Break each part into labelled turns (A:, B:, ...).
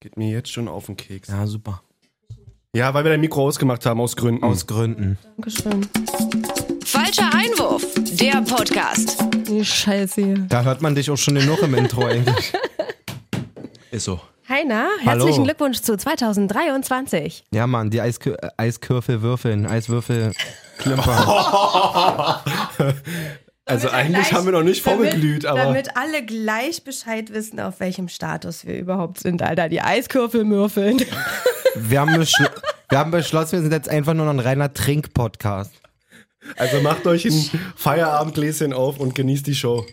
A: Geht mir jetzt schon auf den Keks. Ja,
B: Ja, super.
A: weil wir dein Mikro ausgemacht haben, aus Gründen.
B: Aus Gründen.
C: Dankeschön.
D: Falscher Einwurf, der Podcast.
C: Die Scheiße hier.
B: Da hört man dich auch schon genug im Intro eigentlich. Ist so.
C: Heiner,
B: Hallo.
C: herzlichen Glückwunsch zu 2023.
B: Ja, Mann, die Eiskö äh, Eiskürfel würfeln, Eiswürfel klimpern.
A: also
C: Damit wir
A: eigentlich
C: gleich-
A: haben wir noch nicht vorgeglüht, aber
C: Damit alle gleich Bescheid wissen, auf welchem Status wir überhaupt sind, Alter. Die Eiskürfel mürfeln.
B: Wir, haben beschl- wir haben beschlossen, wir sind jetzt einfach nur noch ein reiner Trink-Podcast.
A: also macht euch ein Feierabendgläschen auf und genießt die Show.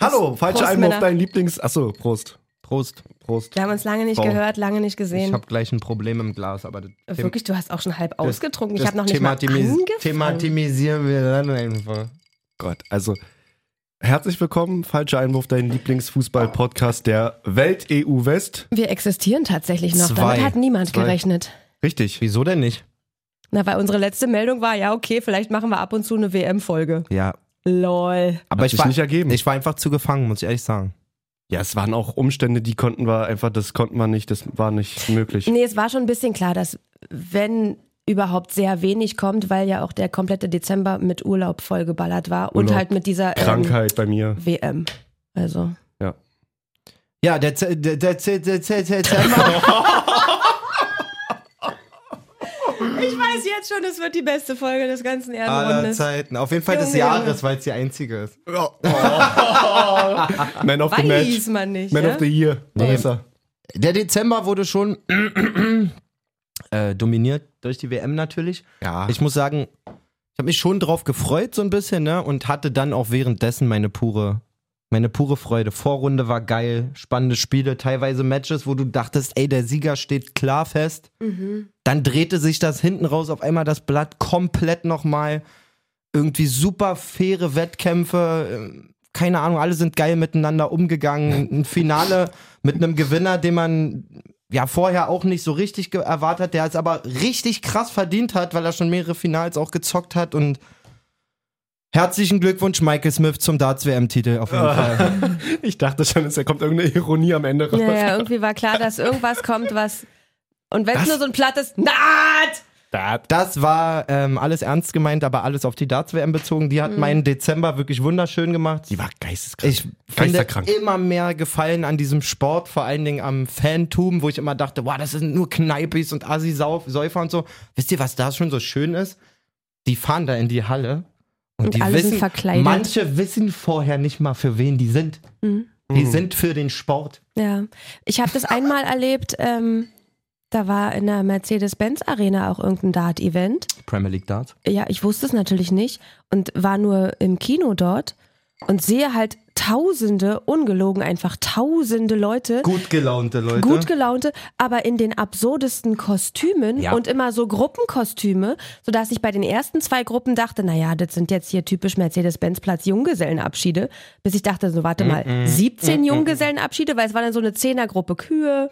A: Hallo, falscher
C: Prost,
A: Einwurf,
C: Männer.
A: dein Lieblings. Achso, Prost.
B: Prost.
A: Prost.
C: Wir haben uns lange nicht
A: Wow.
C: gehört, lange nicht
B: Ich
C: gesehen.
B: habe gleich ein Problem im Glas, aber das Them-
C: Äh, Wirklich, du hast auch schon halb
B: das-
C: ausgetrunken. Ich
B: das
C: habe noch nicht mal
B: thematimis-
C: angefangen.
B: Thematisieren wir dann einfach.
A: Gott, also herzlich willkommen, falscher Einwurf, dein Lieblingsfußball-Podcast der Welt EU West.
C: Wir existieren tatsächlich noch.
B: Zwei.
C: Damit hat niemand
A: Zwei.
C: gerechnet.
A: Richtig.
B: Wieso denn nicht?
C: Na, weil unsere letzte Meldung war, ja, okay, vielleicht machen wir ab und zu eine WM-Folge.
B: Ja.
C: Lol.
B: Aber
A: Hat
B: ich
A: sich
B: war,
A: nicht ergeben.
B: ich war einfach zu gefangen, muss ich ehrlich sagen.
A: Ja, es waren auch Umstände, die konnten wir einfach, das konnten wir nicht, das war nicht möglich.
C: Nee, es war schon ein bisschen klar, dass wenn überhaupt sehr wenig kommt, weil ja auch der komplette Dezember mit Urlaub vollgeballert war und
A: Urlaub,
C: halt mit dieser ähm,
A: Krankheit bei mir.
C: WM. Also.
A: Ja.
B: Ja, der, Z der, der, Z der, Z der Dezember.
C: Ich weiß jetzt schon, das wird die beste Folge des ganzen
B: aller
C: Erdenrundes.
B: Zeiten. Auf jeden Fall des
C: Junge,
B: Jahres, weil es die einzige ist.
A: Man of the
C: Weiß
A: Match.
C: man nicht.
A: Man
C: ja?
A: of the Year. Nee.
B: Der Dezember wurde schon äh, dominiert durch die WM natürlich.
A: Ja.
B: Ich muss sagen, ich habe mich schon drauf gefreut so ein bisschen, ne? Und hatte dann auch währenddessen meine pure, meine pure Freude. Vorrunde war geil, spannende Spiele, teilweise Matches, wo du dachtest, ey, der Sieger steht klar fest. Dann drehte sich das hinten raus auf einmal das Blatt komplett nochmal. Irgendwie super faire Wettkämpfe. ähm, Keine Ahnung, alle sind geil miteinander umgegangen. Ein Finale mit einem Gewinner, den man ja vorher auch nicht so richtig ge- erwartet hat, der es aber richtig krass verdient hat, weil er schon mehrere Finals auch gezockt hat und herzlichen Glückwunsch Michael Smith zum Darts WM Titel auf jeden Fall.
A: Ich dachte schon, es kommt irgendeine Ironie am Ende raus.
C: Ja, ja, irgendwie war klar, dass irgendwas kommt, was. Und wenn es nur so ein plattes Naht!
B: Das war ähm, alles ernst gemeint, aber alles auf die Darts WM bezogen. Die hat meinen Dezember wirklich wunderschön gemacht.
A: Die war geisteskrank.
B: Ich finde
A: Geisterkrank.
B: immer mehr Gefallen an diesem Sport, vor allen Dingen am Fantum, wo ich immer dachte, wow, das sind nur Kneipis und Assi-Säufer und so. Wisst ihr, was da schon so schön ist? Die fahren da in die Halle und,
C: Und
B: die
C: alle sind
B: wissen,
C: verkleidet.
B: manche wissen vorher nicht mal, für wen die sind.
C: Mhm.
B: Die sind für den Sport.
C: Ja, ich habe das einmal erlebt. Ähm, da war in der Mercedes-Benz-Arena auch irgendein Dart-Event.
B: Premier League Darts.
C: Ja, ich wusste es natürlich nicht und war nur im Kino dort und sehe halt Tausende, ungelogen einfach Tausende Leute,
B: Gut gelaunte Leute.
C: gut gelaunte, aber in den absurdesten Kostümen
B: Ja.
C: und immer so Gruppenkostüme, sodass ich bei den ersten zwei Gruppen dachte, naja, das sind jetzt hier typisch Mercedes-Benz-Platz Junggesellenabschiede, bis ich dachte, so warte mal, 17 Junggesellenabschiede, weil es war dann so eine Zehnergruppe Kühe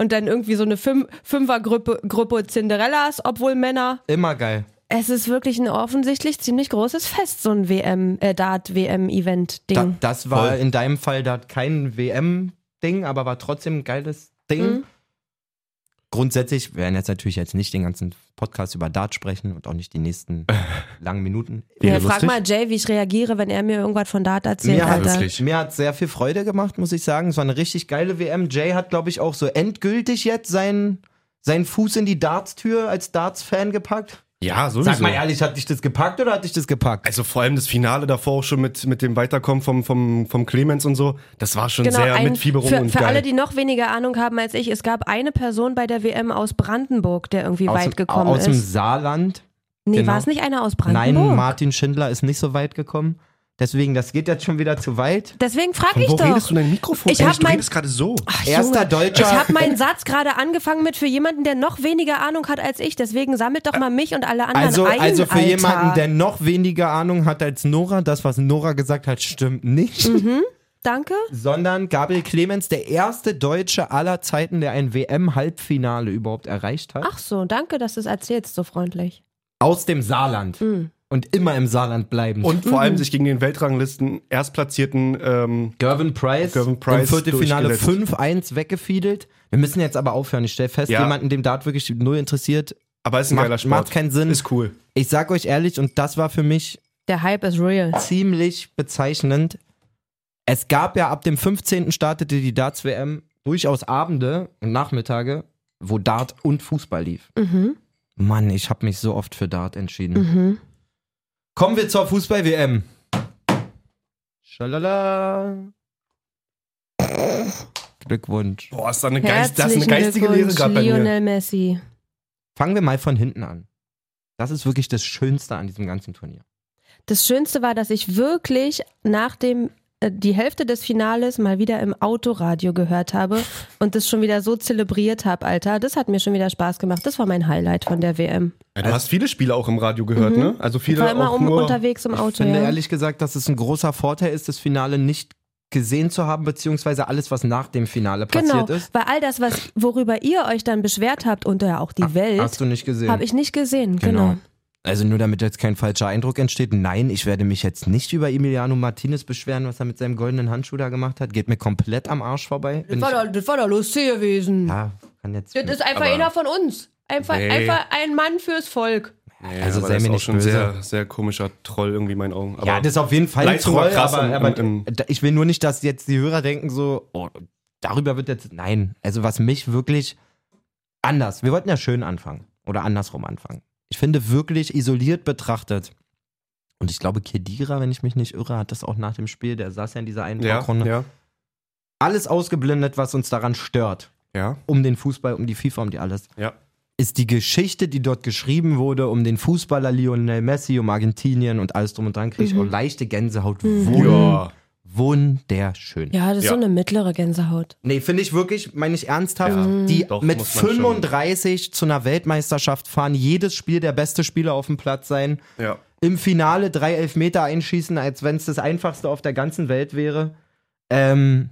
C: und dann irgendwie so eine Fün Fünfergruppe Gruppe Cinderellas, obwohl Männer.
B: Immer geil.
C: Es ist wirklich ein offensichtlich ziemlich großes Fest, so ein WM, äh,
B: Da,
C: Dart-WM-Event-Ding.
B: das war
A: Voll.
B: in deinem Fall da kein WM-Ding, aber war trotzdem ein geiles Ding.
C: Mhm.
B: Grundsätzlich, wir werden jetzt natürlich jetzt nicht den ganzen Podcast über Dart sprechen und auch nicht die nächsten langen Minuten.
C: Ja, Äh, frag mal Jay, wie ich reagiere, wenn er mir irgendwas von Dart erzählt,
B: Mir hat,
C: Alter.
A: wirklich.
B: mir hat sehr viel Freude gemacht, muss ich sagen. Es war eine richtig geile WM. Jay hat, glaube ich, auch so endgültig jetzt seinen, seinen Fuß in die Darts-Tür als Darts-Fan gepackt.
A: Ja, sowieso.
B: Sag mal ehrlich, hat dich das gepackt oder hat dich das gepackt?
A: also vor allem das Finale davor auch schon mit, mit dem Weiterkommen vom, vom, vom Clemens und so, das war schon
C: Genau,
A: sehr
C: ein,
A: mit Fieberung
C: für,
A: und
C: für
A: geil.
C: alle, die noch weniger Ahnung haben als ich, es gab eine Person bei der WM aus Brandenburg, der irgendwie weit gekommen
B: aus dem
C: ist.
B: Saarland.
C: Nee,
B: genau.
C: war es nicht einer aus
B: Nein,
C: Brandenburg?
B: Martin Schindler ist nicht so weit gekommen. Deswegen, das geht jetzt schon wieder zu weit.
C: Deswegen frage
A: Von
C: ich
A: wo
C: doch.
A: redest du dein Mikrofon?
C: Ich hab
A: Ehrlich, du
C: mein-
A: redest gerade so.
C: Ach,
B: Erster
C: Junge,
B: Deutscher.
C: Ich habe meinen Satz gerade angefangen mit für jemanden, der noch weniger Ahnung hat als ich. Deswegen sammelt doch mal mich und alle anderen
B: Also,
C: ein,
B: also für
C: Alter.
B: jemanden, der noch weniger Ahnung hat als Nora, das, was Nora gesagt hat, stimmt nicht.
C: Mhm. Danke.
B: Sondern Gabriel Clemens, der erste Deutsche aller Zeiten, der ein
C: Ah.
B: WM-Halbfinale überhaupt erreicht hat.
C: Ach so, danke, dass du es erzählst, so freundlich. Mhm.
B: Aus dem Saarland. Und immer im Saarland bleiben.
A: Und vor
C: mm.
A: allem sich gegen den Weltranglisten erstplatzierten ähm,
B: Gervin Price,
A: Gervin Price
B: im Viertelfinale
A: durchgesetzt.
B: 5-1 weggefiedelt. Wir müssen jetzt aber aufhören. Ich stelle fest,
A: Ja.
B: jemanden, dem Dart wirklich null interessiert,
A: aber ist ein geiler
B: macht,
A: Sport.
B: macht keinen Sinn.
A: Ist cool.
B: Ich sag euch ehrlich, und das war für mich
C: Der Hype ist real.
B: ziemlich bezeichnend. Es gab ja ab dem 15. startete die Darts-WM durchaus Abende und Nachmittage, wo Dart und Fußball lief.
C: Mhm.
B: Mann, ich habe mich so oft für Dart entschieden.
C: Mhm.
B: Kommen wir zur Fußball-WM. Schalala. Glückwunsch.
A: Boah, ist da eine, Geist, das ist eine
C: Herzlichen
A: geistige Lehre
C: Glückwunsch,
A: gerade bei mir.
C: Lionel Messi.
B: Fangen wir mal von hinten an. Das ist wirklich das Schönste an diesem ganzen Turnier.
C: Das Schönste war, dass ich wirklich nach dem äh, die Hälfte des Finales mal wieder im Autoradio gehört habe und das schon wieder so zelebriert habe, Alter. Das hat mir schon wieder Spaß gemacht. Das war mein Highlight von der WM.
A: Ja, du hast viele Spiele auch im Radio gehört,
C: Mhm.
A: ne? Also
C: Ich
A: viele
C: war immer
A: auch
C: um,
A: nur
C: unterwegs im Auto.
B: Ich finde
C: ja.
B: ehrlich gesagt, dass es ein großer Vorteil ist, das Finale nicht gesehen zu haben, beziehungsweise alles, was nach dem Finale
C: Genau,
B: passiert ist,
C: weil all das, was, worüber ihr euch dann beschwert habt und ja auch die
B: hast
C: Welt,
B: du nicht gesehen.
C: habe ich nicht gesehen. Genau.
B: Also nur damit jetzt kein falscher Eindruck entsteht, nein, ich werde mich jetzt nicht über Emiliano Martinez beschweren, was er mit seinem goldenen Handschuh da gemacht hat. Geht mir komplett am Arsch vorbei. Bin ich,
C: das war doch lustig gewesen.
B: ja, kann jetzt. aber-
C: einer von uns. Einfach,
A: Nee. einfach
C: ein Mann fürs Volk.
A: Nee,
B: Also
A: aber
B: sei
A: das ist
B: mir
A: auch
B: nicht
A: schon
B: böse.
A: sehr, sehr komischer Troll irgendwie in meinen Augen. Aber
B: ja, das ist auf jeden Fall ein
A: Leid's rüber
B: Troll,
A: krass
B: aber,
A: im-
B: aber
A: im-
B: da- ich will nur nicht, dass jetzt die Hörer denken so, oh, darüber wird jetzt, nein, also was mich wirklich anders, wir wollten ja schön anfangen oder andersrum anfangen. Ich finde wirklich isoliert betrachtet und ich glaube Kedira, wenn ich mich nicht irre, hat das auch nach dem Spiel, der saß ja in dieser einen
A: ja,
B: Talkrunde,
A: ja,
B: alles ausgeblendet, was uns daran stört,
A: ja,
B: um den Fußball, um die FIFA, um die alles
A: ja.
B: ist die Geschichte, die dort geschrieben wurde, um den Fußballer Lionel Messi, um Argentinien und alles drum und dran, kriege ich auch leichte Gänsehaut. Wund
A: Ja.
B: wunderschön.
C: Ja, das ist
A: Ja.
C: so eine mittlere Gänsehaut.
B: Nee, finde ich wirklich, meine ich ernsthaft,
A: Ja,
B: die
A: doch,
B: mit
A: muss man schon.
B: 35 zu einer Weltmeisterschaft fahren, jedes Spiel der beste Spieler auf dem Platz sein,
A: ja.
B: im Finale drei Elfmeter einschießen, als wenn es das einfachste auf der ganzen Welt wäre. Ähm,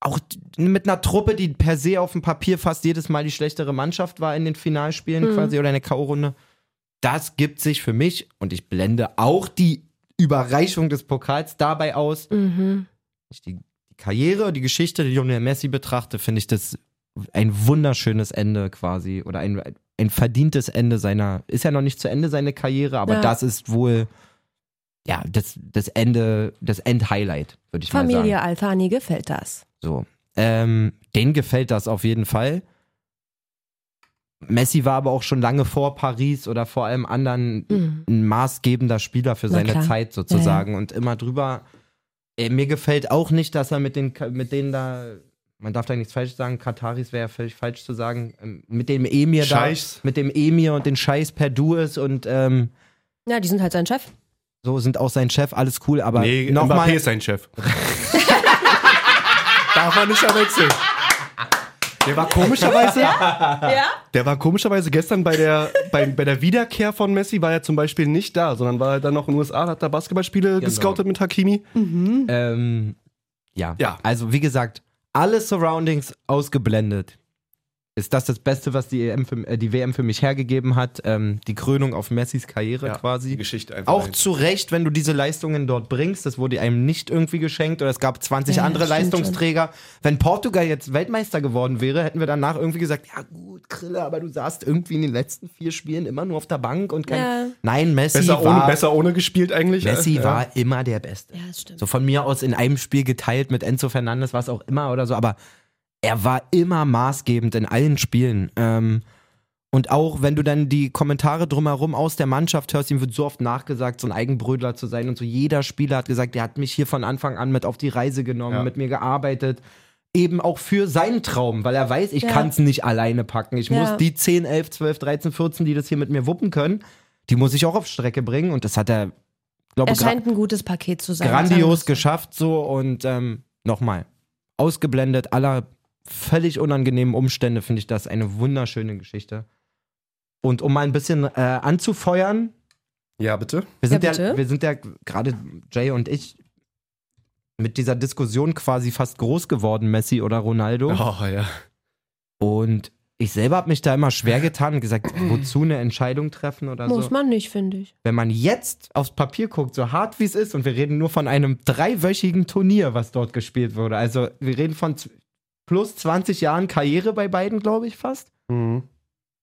B: auch d- mit einer Truppe, die per se auf dem Papier fast jedes Mal die schlechtere Mannschaft war in den Finalspielen
C: Mhm.
B: quasi oder in der K.O.-Runde. Das gibt sich für mich, und ich blende auch die Überreichung des Pokals dabei aus,
C: Mhm.
B: ich die, die Karriere, die Geschichte, die Lionel Messi betrachte, finde ich das ein wunderschönes Ende quasi oder ein, ein verdientes Ende seiner, ist ja noch nicht zu Ende seine Karriere, aber
C: Ja.
B: das ist wohl, ja, das, das Ende, das Endhighlight, würde ich mal sagen.
C: Familie Alfani gefällt das.
B: So. Ähm, denen gefällt das auf jeden Fall. Messi war aber auch schon lange vor Paris oder vor allem anderen
C: Mhm.
B: ein maßgebender Spieler für
C: Na
B: seine
C: klar.
B: Zeit sozusagen und immer drüber. Äh, mir gefällt auch nicht, dass er mit, den, Ka- mit denen da, man darf da nichts falsch sagen, Kataris wäre ja völlig falsch zu sagen, ähm, mit dem Emir
A: Scheichs.
B: da, mit dem Emir und den Scheiß per Du ist und ähm,
C: Ja, die sind halt sein Chef.
B: so sind auch sein Chef, alles cool, aber
A: Nee, Mbappé
B: nochmal,
A: ist sein Chef. Darf man nicht verwechseln. Der war komischerweise,
C: Ja?
A: der war komischerweise gestern bei der, bei, bei der Wiederkehr von Messi war er zum Beispiel nicht da, sondern war er dann noch in den USA, hat da Basketballspiele
B: Genau.
A: gescoutet mit Hakimi.
B: ähm, ja.
A: Ja.
B: also wie gesagt, alle Surroundings ausgeblendet. Ist das das Beste, was die, EM für, äh, die WM für mich hergegeben hat? Ähm, die Krönung auf Messis Karriere
A: Ja,
B: quasi.
A: Die Geschichte einfach.
B: Auch
A: ein.
B: zu Recht, wenn du diese Leistungen dort bringst, das wurde einem nicht irgendwie geschenkt oder es gab 20
C: Ja,
B: andere
C: stimmt
B: Leistungsträger. Wenn Portugal jetzt Weltmeister geworden wäre, hätten wir danach irgendwie gesagt, ja gut, Krille, aber du saßt irgendwie in den letzten vier Spielen immer nur auf der Bank und kein...
C: Ja.
B: Nein, Messi
A: besser,
B: war,
A: ohne, besser ohne gespielt eigentlich. äh,
B: Messi
A: ja.
B: war immer der Beste.
C: Ja, das stimmt.
B: So von mir aus in einem Spiel geteilt mit Enzo Fernandes, was auch immer oder so, aber er war immer maßgebend in allen Spielen. Ähm, und auch wenn du dann die Kommentare drumherum aus der Mannschaft hörst, ihm wird so oft nachgesagt, so ein Eigenbrödler zu sein und so. Jeder Spieler hat gesagt, der hat mich hier von Anfang an mit auf die Reise genommen,
A: Ja.
B: mit mir gearbeitet. Eben auch für seinen Traum, weil er weiß, ich
C: Ja.
B: kann es nicht alleine packen. Ich
C: Ja.
B: muss die 10, 11, 12, 13, 14, die das hier mit mir wuppen können, die muss ich auch auf Strecke bringen. Und das hat er, glaube
C: Er
B: ich,
C: scheint ein gutes Paket zu sein. sagen wir's
B: grandios
C: so.
B: geschafft so und ähm, nochmal, ausgeblendet aller völlig unangenehmen Umstände finde ich das eine wunderschöne Geschichte. Und um mal ein bisschen äh, anzufeuern,
A: Ja, bitte.
B: wir sind ja,
C: Ja, bitte.
B: wir sind ja gerade Jay und ich mit dieser Diskussion quasi fast groß geworden, Messi oder Ronaldo.
A: Oh, ja.
B: Und ich selber habe mich da immer schwer getan und gesagt, wozu eine Entscheidung treffen oder
C: Muss
B: so.
C: man nicht, finde ich.
B: Wenn man jetzt aufs Papier guckt, so hart wie es ist, und wir reden nur von einem dreiwöchigen Turnier, was dort gespielt wurde. Also wir reden von z- plus 20 Jahren Karriere bei beiden, glaube ich, fast.
A: Mhm.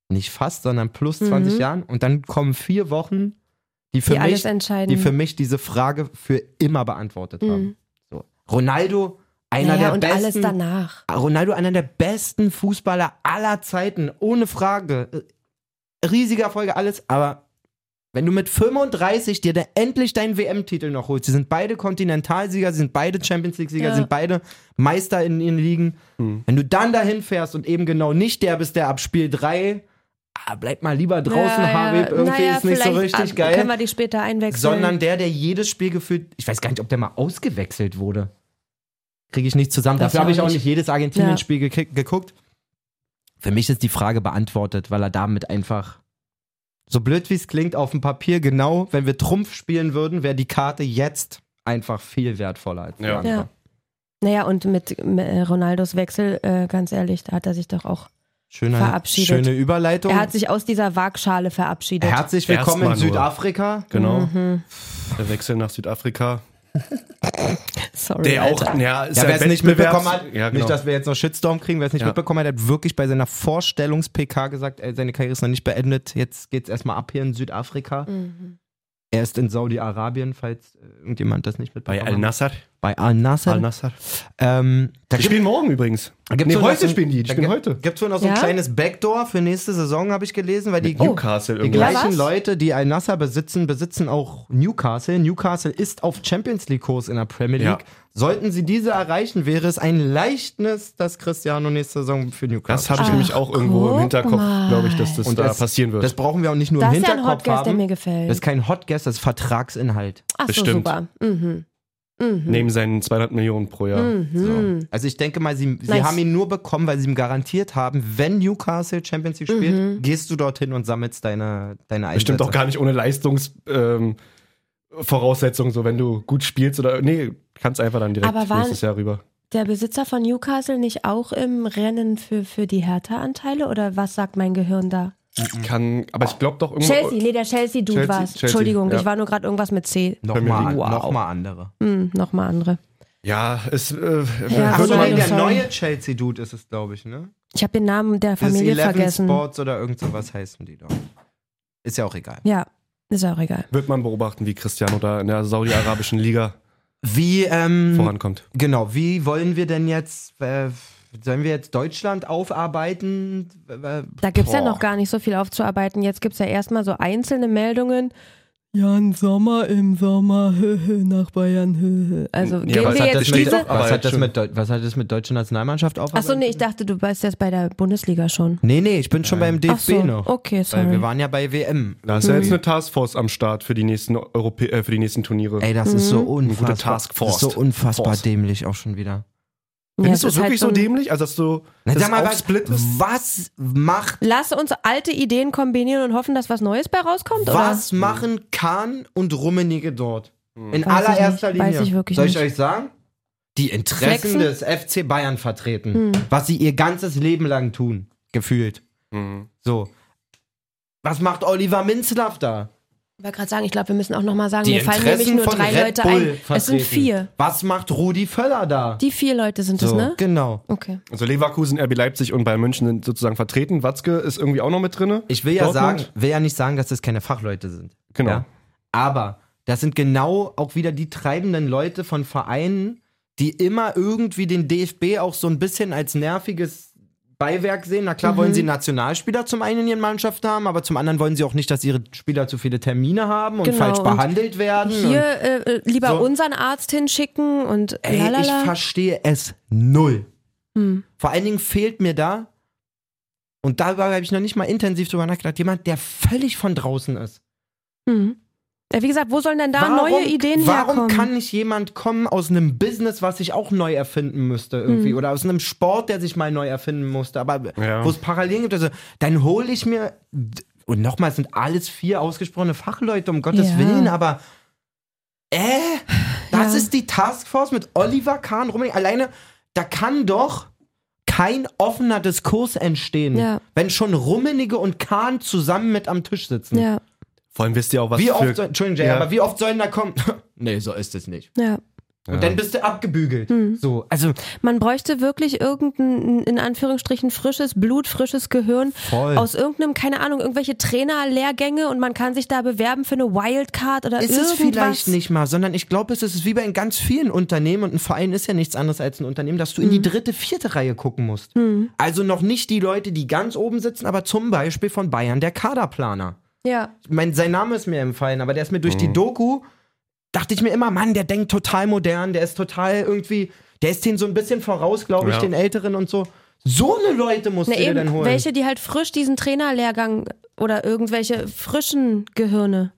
B: Nicht fast, sondern plus
C: Mhm.
B: 20 Jahren. Und dann kommen vier Wochen, die für,
C: die alles
B: mich,
C: entscheiden.
B: die für mich diese Frage für immer beantwortet haben.
C: mhm.
B: So. Ronaldo, einer
C: naja,
B: der
C: und
B: besten.
C: alles danach.
B: Ronaldo, einer der besten Fußballer aller Zeiten, ohne Frage. Riesiger Erfolge, alles, aber wenn du mit 35 dir da endlich deinen WM-Titel noch holst, sie sind beide Kontinentalsieger, sie sind beide Champions League-Sieger,
C: Ja.
B: sind beide Meister in ihren Ligen.
A: Mhm.
B: Wenn du dann dahin fährst und eben genau nicht der bist, der ab Spiel 3, ah, bleib mal lieber draußen,
C: Ja, ja.
B: Habib, irgendwie
C: Naja,
B: ist nicht so
C: vielleicht,
B: richtig
C: ah,
B: geil.
C: Können wir die später einwechseln.
B: Sondern der, der jedes Spiel gefühlt, ich weiß gar nicht, ob der mal ausgewechselt wurde. Kriege ich nicht zusammen.
C: Das
B: Dafür habe
C: auch
B: ich auch
C: nicht.
B: nicht jedes Argentinien-Spiel gekriegt- geguckt. Für mich ist die Frage beantwortet, weil er damit einfach, so blöd wie es klingt, auf dem Papier genau, wenn wir Trumpf spielen würden, wäre die Karte jetzt einfach viel wertvoller als die
A: Ja.
B: andere.
C: Ja. naja, und mit äh, Ronaldos Wechsel, äh, ganz ehrlich, da hat er sich doch auch.
B: Schöne,
C: Verabschiedet.
B: schöne Überleitung.
C: Er hat sich aus dieser Waagschale verabschiedet.
B: Herzlich willkommen in
A: Erstmal nur.
B: Südafrika.
A: Genau.
B: Mhm.
A: Der Wechsel nach Südafrika.
C: Sorry.
A: Der
C: Alter.
A: auch, ja, ist
B: Ja,
A: ja,
B: wer es nicht
A: Wettbewerbs-
B: mitbekommen hat,
A: ja, genau.
B: nicht, dass wir jetzt noch Shitstorm kriegen, wer es nicht
A: Ja.
B: mitbekommen hat, hat wirklich bei seiner Vorstellungs-PK gesagt, ey, seine Karriere ist noch nicht beendet, jetzt geht's erstmal ab hier in Südafrika.
C: Mhm.
B: Er ist in Saudi-Arabien, falls äh, irgendjemand das nicht
A: bei
B: mitbekommen
A: Al
B: hat.
A: Nassr.
B: Bei Al-Nasser.
A: Al Nassr.
B: ähm, da
A: Die
B: gibt-
A: spielen morgen übrigens.
B: da gibt's
A: Nee,
B: wohl noch so
A: heute
B: ein-
A: spielen die. Die
B: da
A: spielen
B: gibt-
A: heute.
B: Gibt's wohl noch so ein
C: Ja?
B: kleines Backdoor für nächste Saison, habe ich gelesen, weil
C: Oh,
A: Oh.
B: die,
A: Newcastle
B: die
A: irgendwas.
B: gleichen
C: was?
B: Leute, die Al-Nasser besitzen, besitzen auch Newcastle. Newcastle ist auf Champions League-Kurs in der Premier
A: Ja.
B: League. Sollten sie diese erreichen, wäre es ein Leichtnis, dass Cristiano nächste Saison für
A: Das
B: Newcastle
A: habe ich
C: Ach,
A: nämlich auch irgendwo im
C: guck
A: Hinterkopf,
C: mal.
A: glaube ich, dass das
B: Und
A: da
B: das-
A: passieren wird.
B: Das brauchen wir auch nicht nur
C: Das
B: im
C: ist ja ein
B: Hinterkopf
C: Hotguest, der
B: haben.
C: mir
B: das ist
C: gefällt.
B: kein Hotguest, das ist Vertragsinhalt.
C: Ach so,
A: Bestimmt.
C: super. Mhm. Mhm.
A: Hm. Neben seinen 200 Millionen pro Jahr.
C: Mhm.
B: So. Also ich denke mal, sie, sie
C: Nice.
B: haben ihn nur bekommen, weil sie ihm garantiert haben, wenn Newcastle Champions League spielt,
C: Mhm.
B: gehst du dorthin und sammelst deine, deine Einsätze.
A: Bestimmt auch gar nicht ohne Leistungsvoraussetzungen, ähm, Voraussetzungen, so wenn du gut spielst oder nee, kannst einfach dann direkt
C: Aber waren-
A: nächstes Jahr rüber.
C: Der Besitzer von Newcastle nicht auch im Rennen für, für die Hertha-Anteile? Oder was sagt mein Gehirn da?
B: Mhm.
A: Kann, aber ich glaube doch irgendwo.
C: Chelsea, nee, der Chelsea-Dude
A: Chelsea,
C: war's.
A: Chelsea,
C: Entschuldigung,
A: ja.
C: ich war nur gerade irgendwas mit C.
A: Premier
B: Nochmal,
A: League.
B: noch mal andere.
C: Hm, nochmal andere.
A: Ja, es äh,
C: Ja,
B: Ach
A: wird
B: so,
A: man-
B: nee, der
C: Also sorry.
B: neue Chelsea-Dude ist es, glaube ich, ne?
C: Ich habe den Namen der
B: Dieses
C: Familie vergessen.
B: Sports oder irgend sowas heißen die doch. Ist ja auch egal.
C: Ja, ist auch egal.
A: wird man beobachten, wie Cristiano da in der saudi-arabischen Liga
B: Wie,
C: Hm.
B: ähm,
A: vorankommt.
B: Genau, wie wollen wir denn jetzt, äh, sollen wir jetzt Deutschland aufarbeiten? Äh,
C: Da gibt's ja
B: boah.
C: noch gar nicht so viel aufzuarbeiten. Jetzt gibt's ja erstmal so einzelne Meldungen. Jan Sommer im Sommer nach Bayern. Also
A: Ja,
C: gehen
A: aber es
C: wir
A: hat das
C: jetzt
A: steht
B: mit,
A: doch,
C: diese...
A: aber
B: was, hat
A: jetzt
B: das
A: schon.
B: mit, Deu- was hat das mit deutscher Nationalmannschaft aufarbeiten?
C: Achso, nee, ich dachte, du weißt das bei der Bundesliga schon.
B: Nee, nee, ich bin schon beim DFB
C: Ach so,
B: noch.
C: okay,
B: Weil
C: sorry.
B: wir waren ja bei WM.
A: Da ist ja
B: Hm.
A: jetzt eine Taskforce am Start für die nächsten Europä äh, für die nächsten Turniere.
B: Ey, das ist so
C: Mhm.
B: unfassbar.
A: Taskforce.
B: Das ist so unfassbar
A: Force.
B: dämlich auch schon wieder.
A: Findest
C: Ja, es
A: du
C: ist
A: wirklich
C: halt
A: so
C: ein-
A: dämlich? Also dass du
B: Na,
A: dass
B: sag mal,
A: es
B: was,
A: aufsplittest?
B: was macht
C: Lass uns alte Ideen kombinieren und hoffen, dass was Neues bei rauskommt, oder?
B: Was machen Kahn und Rummenigge dort? In
C: Weiß
B: allererster
C: ich nicht.
B: Linie.
C: Weiß ich wirklich
B: Soll ich
C: nicht.
B: euch sagen? Die Interessen
C: Flexen? Hm.
B: des FC Bayern vertreten, was sie ihr ganzes Leben lang tun, gefühlt.
A: Mhm.
B: So. Was macht Oliver Minzlaff da?
C: Ich wollte gerade sagen, ich glaube, wir müssen auch nochmal sagen,
B: Die
C: Also mir fallen nämlich
B: Interessen
C: nur
B: von
C: drei
B: Red
C: Leute
B: Bull
C: ein.
B: vertreten.
C: Es sind vier.
B: Was macht Rudi Völler da?
C: Die vier Leute sind es,
B: so,
C: ne?
B: genau.
C: Okay.
A: Also Leverkusen, RB Leipzig und Bayern München sind sozusagen vertreten. Watzke ist irgendwie auch noch mit drinne.
B: Ich will ja
A: Dortmund?
B: sagen, will ja nicht sagen, dass das keine Fachleute sind.
A: Genau.
B: Ja? Aber das sind genau auch wieder die treibenden Leute von Vereinen, die immer irgendwie den DFB auch so ein bisschen als nerviges Beiwerk sehen. Na
C: Mhm.
B: klar, wollen sie Nationalspieler zum einen in ihren Mannschaften haben, aber zum anderen wollen sie auch nicht, dass ihre Spieler zu viele Termine haben und
C: Genau,
B: falsch
C: und
B: behandelt werden.
C: Hier
B: und,
C: äh, äh, lieber
B: So.
C: unseren Arzt hinschicken und
B: ey, ich
C: lalala.
B: verstehe es null.
C: Hm.
B: Vor allen Dingen fehlt mir da, und darüber habe ich noch nicht mal intensiv drüber nachgedacht, jemand, der völlig von draußen ist.
C: Hm. Äh, Wie gesagt, wo sollen denn da neue Ideen
B: warum
C: herkommen?
B: kann nicht jemand kommen aus einem Business, was ich auch neu erfinden müsste irgendwie?
C: Hm.
B: Oder aus einem Sport, der sich mal neu erfinden musste, aber
A: Ja.
B: wo es Parallelen gibt. Also, dann hole ich mir, und nochmal, es sind alles vier ausgesprochene Fachleute, um Gottes
C: Ja.
B: Willen, aber äh, das
C: Ja.
B: ist die Taskforce mit Oliver Kahn, Rummel, alleine, da kann doch kein offener Diskurs entstehen,
C: Ja.
B: wenn schon Rummenige und Kahn zusammen mit am Tisch sitzen.
C: Ja,
A: Vor allem wisst ihr auch, was
B: Wie oft, soll-
A: für...
B: Entschuldigung, Jay,
A: Ja.
B: aber wie oft sollen da kommen? nee, so ist es nicht.
C: ja.
B: Und dann bist du abgebügelt.
C: Hm.
B: So, also
C: Man bräuchte wirklich irgendein, in Anführungsstrichen, frisches Blut, frisches Gehirn
B: Voll.
C: aus irgendeinem, keine Ahnung, irgendwelche Trainerlehrgänge und man kann sich da bewerben für eine Wildcard oder
B: ist
C: irgendwas.
B: es vielleicht nicht mal, sondern ich glaube, es ist wie bei in ganz vielen Unternehmen und ein Verein ist ja nichts anderes als ein Unternehmen, dass du in die
C: Hm.
B: dritte, vierte Reihe gucken musst. Also noch nicht die Leute, die ganz oben sitzen, aber zum Beispiel von Bayern der Kaderplaner.
C: Ja,
B: Ich meine, sein Name ist mir empfallen, aber der ist mir durch
A: Hm.
B: die Doku, dachte ich mir immer, Mann, der denkt total modern, der ist total irgendwie, der ist denen so ein bisschen voraus, glaube ich,
A: Ja.
B: den Älteren und so. So eine Leute musst
C: Na
B: du dir
C: eben,
B: dann holen.
C: welche, die halt frisch diesen Trainerlehrgang oder irgendwelche frischen Gehirne.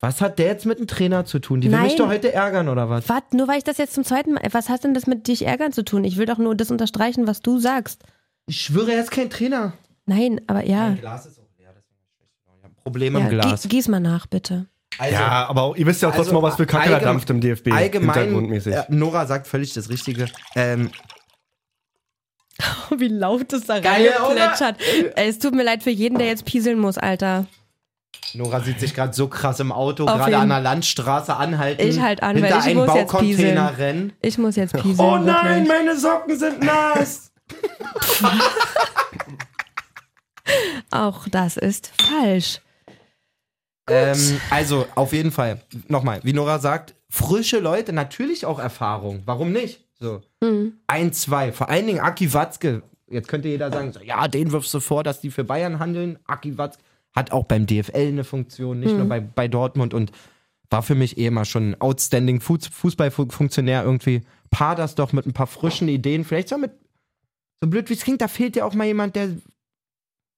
B: Was hat der jetzt mit dem Trainer zu tun? Die will mich
C: Nein.
B: doch heute ärgern, oder was?
C: Was? Nur weil ich das jetzt zum zweiten Mal. Was hat denn das mit dich ärgern zu tun? Ich will doch nur das unterstreichen, was du sagst.
B: Ich schwöre, er ist kein Trainer.
C: Nein, aber ja.
B: Glas ist auch leer, deswegen habe ich schlechte Laune. Ich hab ein Problem im
C: ja
B: Glas.
C: Gieß, gieß mal nach, bitte.
B: Also,
A: Ja, Also aber auch- ihr wisst ja auch trotzdem mal, was für Kacke da
B: allgemein-
A: dampft im DFB.
B: Allgemein,
A: Hintergrundmäßig.
B: äh, Nora sagt völlig das Richtige. Ähm,
C: Wie laut es da
B: Geil, reingeplätschert.
C: reingeplätschert. Es tut mir leid für jeden, der jetzt pieseln muss, Alter.
B: Nora sieht sich gerade so krass im Auto,
C: Auf
B: gerade
C: jeden-
B: an der Landstraße anhalten.
C: Ich halt an, weil
B: hinter
C: ich
B: einen
C: muss jetzt
B: Baucontainer
C: pieseln.
B: rennen.
C: Ich muss jetzt pieseln.
B: Oh nein,
C: wirklich.
B: meine Socken sind nass.
C: Auch das ist falsch.
B: ähm, also, auf jeden Fall. Nochmal, wie Nora sagt, frische Leute, natürlich auch Erfahrung. Warum nicht? So. Ein, zwei. Vor allen Dingen Aki Watzke. Jetzt könnte jeder sagen, so, ja, den wirfst du vor, dass die für Bayern handeln. Aki Watzke hat auch beim DFL eine Funktion, nicht nur bei, bei Dortmund und war für mich eh immer schon ein outstanding Fuß, Fußballfunktionär irgendwie. Paar das doch mit ein paar frischen Ideen. Vielleicht so mit, so blöd wie es klingt, da fehlt ja auch mal jemand, der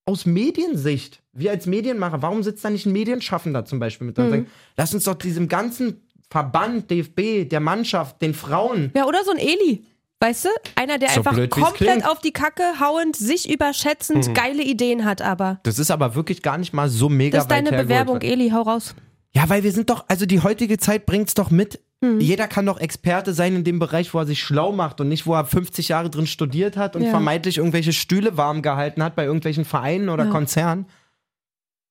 B: aus Mediensicht, wir als Medienmacher, warum sitzt da nicht ein Medienschaffender zum Beispiel mit dran? und sagt, Lass uns doch diesem ganzen Verband, DFB, der Mannschaft, den Frauen,
C: Ja, oder so ein Eli. Weißt du? Einer, der
B: So
C: einfach
B: blöd, wie's klingt. Mhm.
C: komplett auf die Kacke hauend, sich überschätzend, geile Ideen hat, aber.
B: Das ist aber wirklich gar nicht mal so mega
C: Das ist deine
B: weit hergeholt.
C: Bewerbung, Eli, hau raus.
B: Ja, weil wir sind doch, also die heutige Zeit bringt's doch mit.
C: Mhm.
B: Jeder kann doch Experte sein in dem Bereich, wo er sich schlau macht und nicht, wo er 50 Jahre drin studiert hat und
C: Ja.
B: vermeintlich irgendwelche Stühle warm gehalten hat bei irgendwelchen Vereinen oder
C: Ja.
B: Konzernen.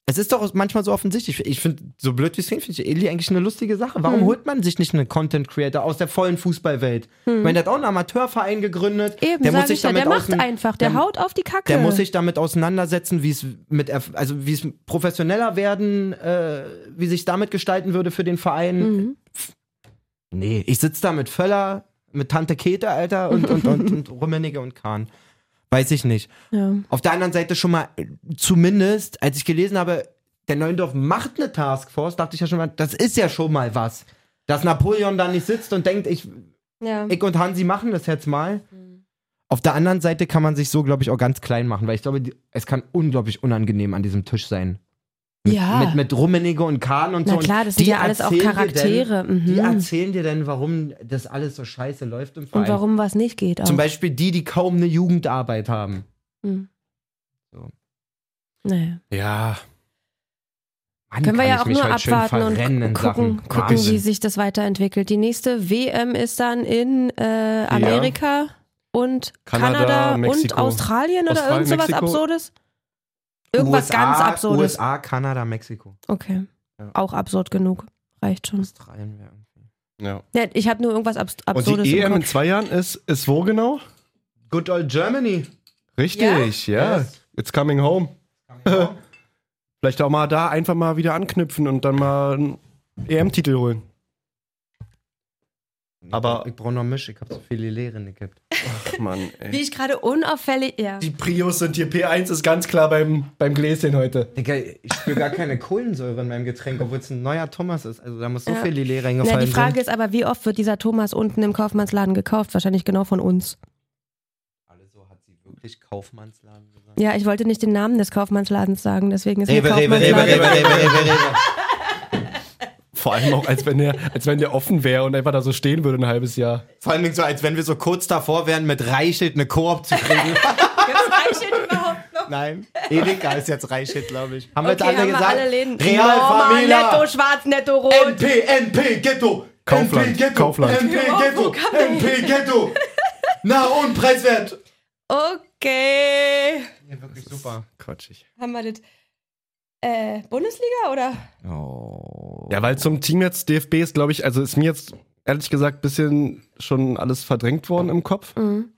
B: Es ist doch manchmal so offensichtlich. Ich finde, so blöd wie es klingt, finde ich Eli eigentlich eine lustige Sache.
C: Mhm.
B: Warum holt man sich nicht einen Content Creator aus der vollen Fußballwelt? Ich meine, der hat auch einen Amateurverein gegründet.
C: Mhm. Eben,
B: der
C: sag
B: muss sich
C: ich ja,
B: damit
C: der macht
B: ausein-
C: einfach, der, haut auf die Kacke.
B: der muss sich damit auseinandersetzen, wie es mit erf- also wie es professioneller werden, äh, wie sich damit gestalten würde für den Verein. Pff, Nee, ich sitze da mit Völler, mit Tante Käthe, Alter, und, und, und, und Rummenigge und Kahn. Weiß ich nicht.
C: ja.
B: Auf der anderen Seite schon mal, äh, zumindest, als ich gelesen habe, der Neuendorf macht eine Taskforce, dachte ich ja schon mal, das ist ja schon mal was. Dass Napoleon da nicht sitzt und denkt, ich
C: Ja.
B: ich und Hansi machen das jetzt mal.
C: Hm.
B: Auf der anderen Seite kann man sich so, glaube ich, auch ganz klein machen, weil ich glaube, die, es kann unglaublich unangenehm an diesem Tisch sein.
C: ja.
B: Mit, mit Rummenigge und Kahn und
C: Ah. Na
B: so. Und
C: klar, das
B: die
C: sind ja alles auch
B: erzählen dir
C: Charaktere,
B: Denn, Die
C: mhm.
B: erzählen dir denn, warum das alles so scheiße läuft im Verein.
C: und warum was nicht geht. Auch.
B: Zum Beispiel die, die kaum eine Jugendarbeit haben.
C: Mhm.
B: So.
C: Naja.
A: ja,
B: Mann,
C: Können wir
B: Hm, kann
C: ja
B: ich
C: auch
B: mich
C: nur
B: heute schön
C: abwarten und
B: verrennen in
C: gu- gucken,
B: Sachen
C: gucken
B: Wahnsinn.
C: wie sich das weiterentwickelt. Die nächste WM ist dann in äh, Amerika und
A: Kanada,
C: Kanada, und
A: Mexiko.
C: Australien oder
A: Australien,
C: irgend sowas
A: Mexiko.
C: Absurdes? Irgendwas
B: USA,
C: ganz Absurdes.
B: USA, Kanada, Mexiko.
C: Okay.
B: Ja.
C: Auch absurd genug. Reicht schon.
B: Australien wäre irgendwie.
A: ja.
C: Ja, ich habe nur irgendwas Abs
A: Und
C: Absurdes.
B: E
A: die EM
C: im
A: in
C: Kopf.
A: zwei Jahren ist, ist wo genau?
B: Good old Germany.
A: Richtig, ja.
B: Yes.
A: It's coming home. Vielleicht auch mal da einfach mal wieder anknüpfen und dann mal einen EM-Titel holen. Aber-
B: ich brauche noch Misch, ich habe so viele Lehren gekippt.
A: Ach Mann, ey.
C: Wie ich gerade unauffällig. Ja.
A: Die Prios sind hier. P1 ist ganz klar beim, beim Gläschen heute.
B: Digga, ich spüre gar keine Kohlensäure in meinem Getränk, obwohl es ein neuer Thomas ist. Also da muss so
C: Ja.
B: viel Lillet
C: Na,
B: reingefallen
C: die Frage
B: sind.
C: ist aber, wie oft wird dieser Thomas unten im Kaufmannsladen gekauft? Wahrscheinlich genau von uns.
B: Alle so hat sie wirklich Kaufmannsladen gesagt.
C: Ja, ich wollte nicht den Namen des Kaufmannsladens sagen, deswegen ist mir
B: Rewe, Rewe,
C: Kaufmannsladen.
B: Rewe, Rewe, Rewe, Rewe, Rewe.
A: Vor allem auch, als wenn der, als wenn der offen wäre und einfach da so stehen würde ein halbes Jahr.
B: Vor allen Dingen so, als wenn wir so kurz davor wären, mit Reichelt eine Koop zu kriegen. Nein, Edeka ist jetzt Reichelt, glaube ich. Haben wir jetzt
C: Okay,
B: alle
C: haben wir
B: gesagt?
C: alle Läden.
B: Real
C: Norma, Netto,
B: Familia,
C: Schwarz, Netto, Rot.
B: NP, NP, Ghetto.
A: Kaufland,
B: NP, Ghetto,
A: Kaufland.
B: NP, Ghetto, NP, Ghetto. Na und preiswert.
C: Okay.
B: Ja, wirklich super.
A: Quatschig.
C: Haben wir das? Äh, Bundesliga oder?
B: Oh.
A: Ja, weil zum Team jetzt DFB ist, glaube ich, also ist mir jetzt ehrlich gesagt ein bisschen schon alles verdrängt worden im Kopf.
C: Mhm.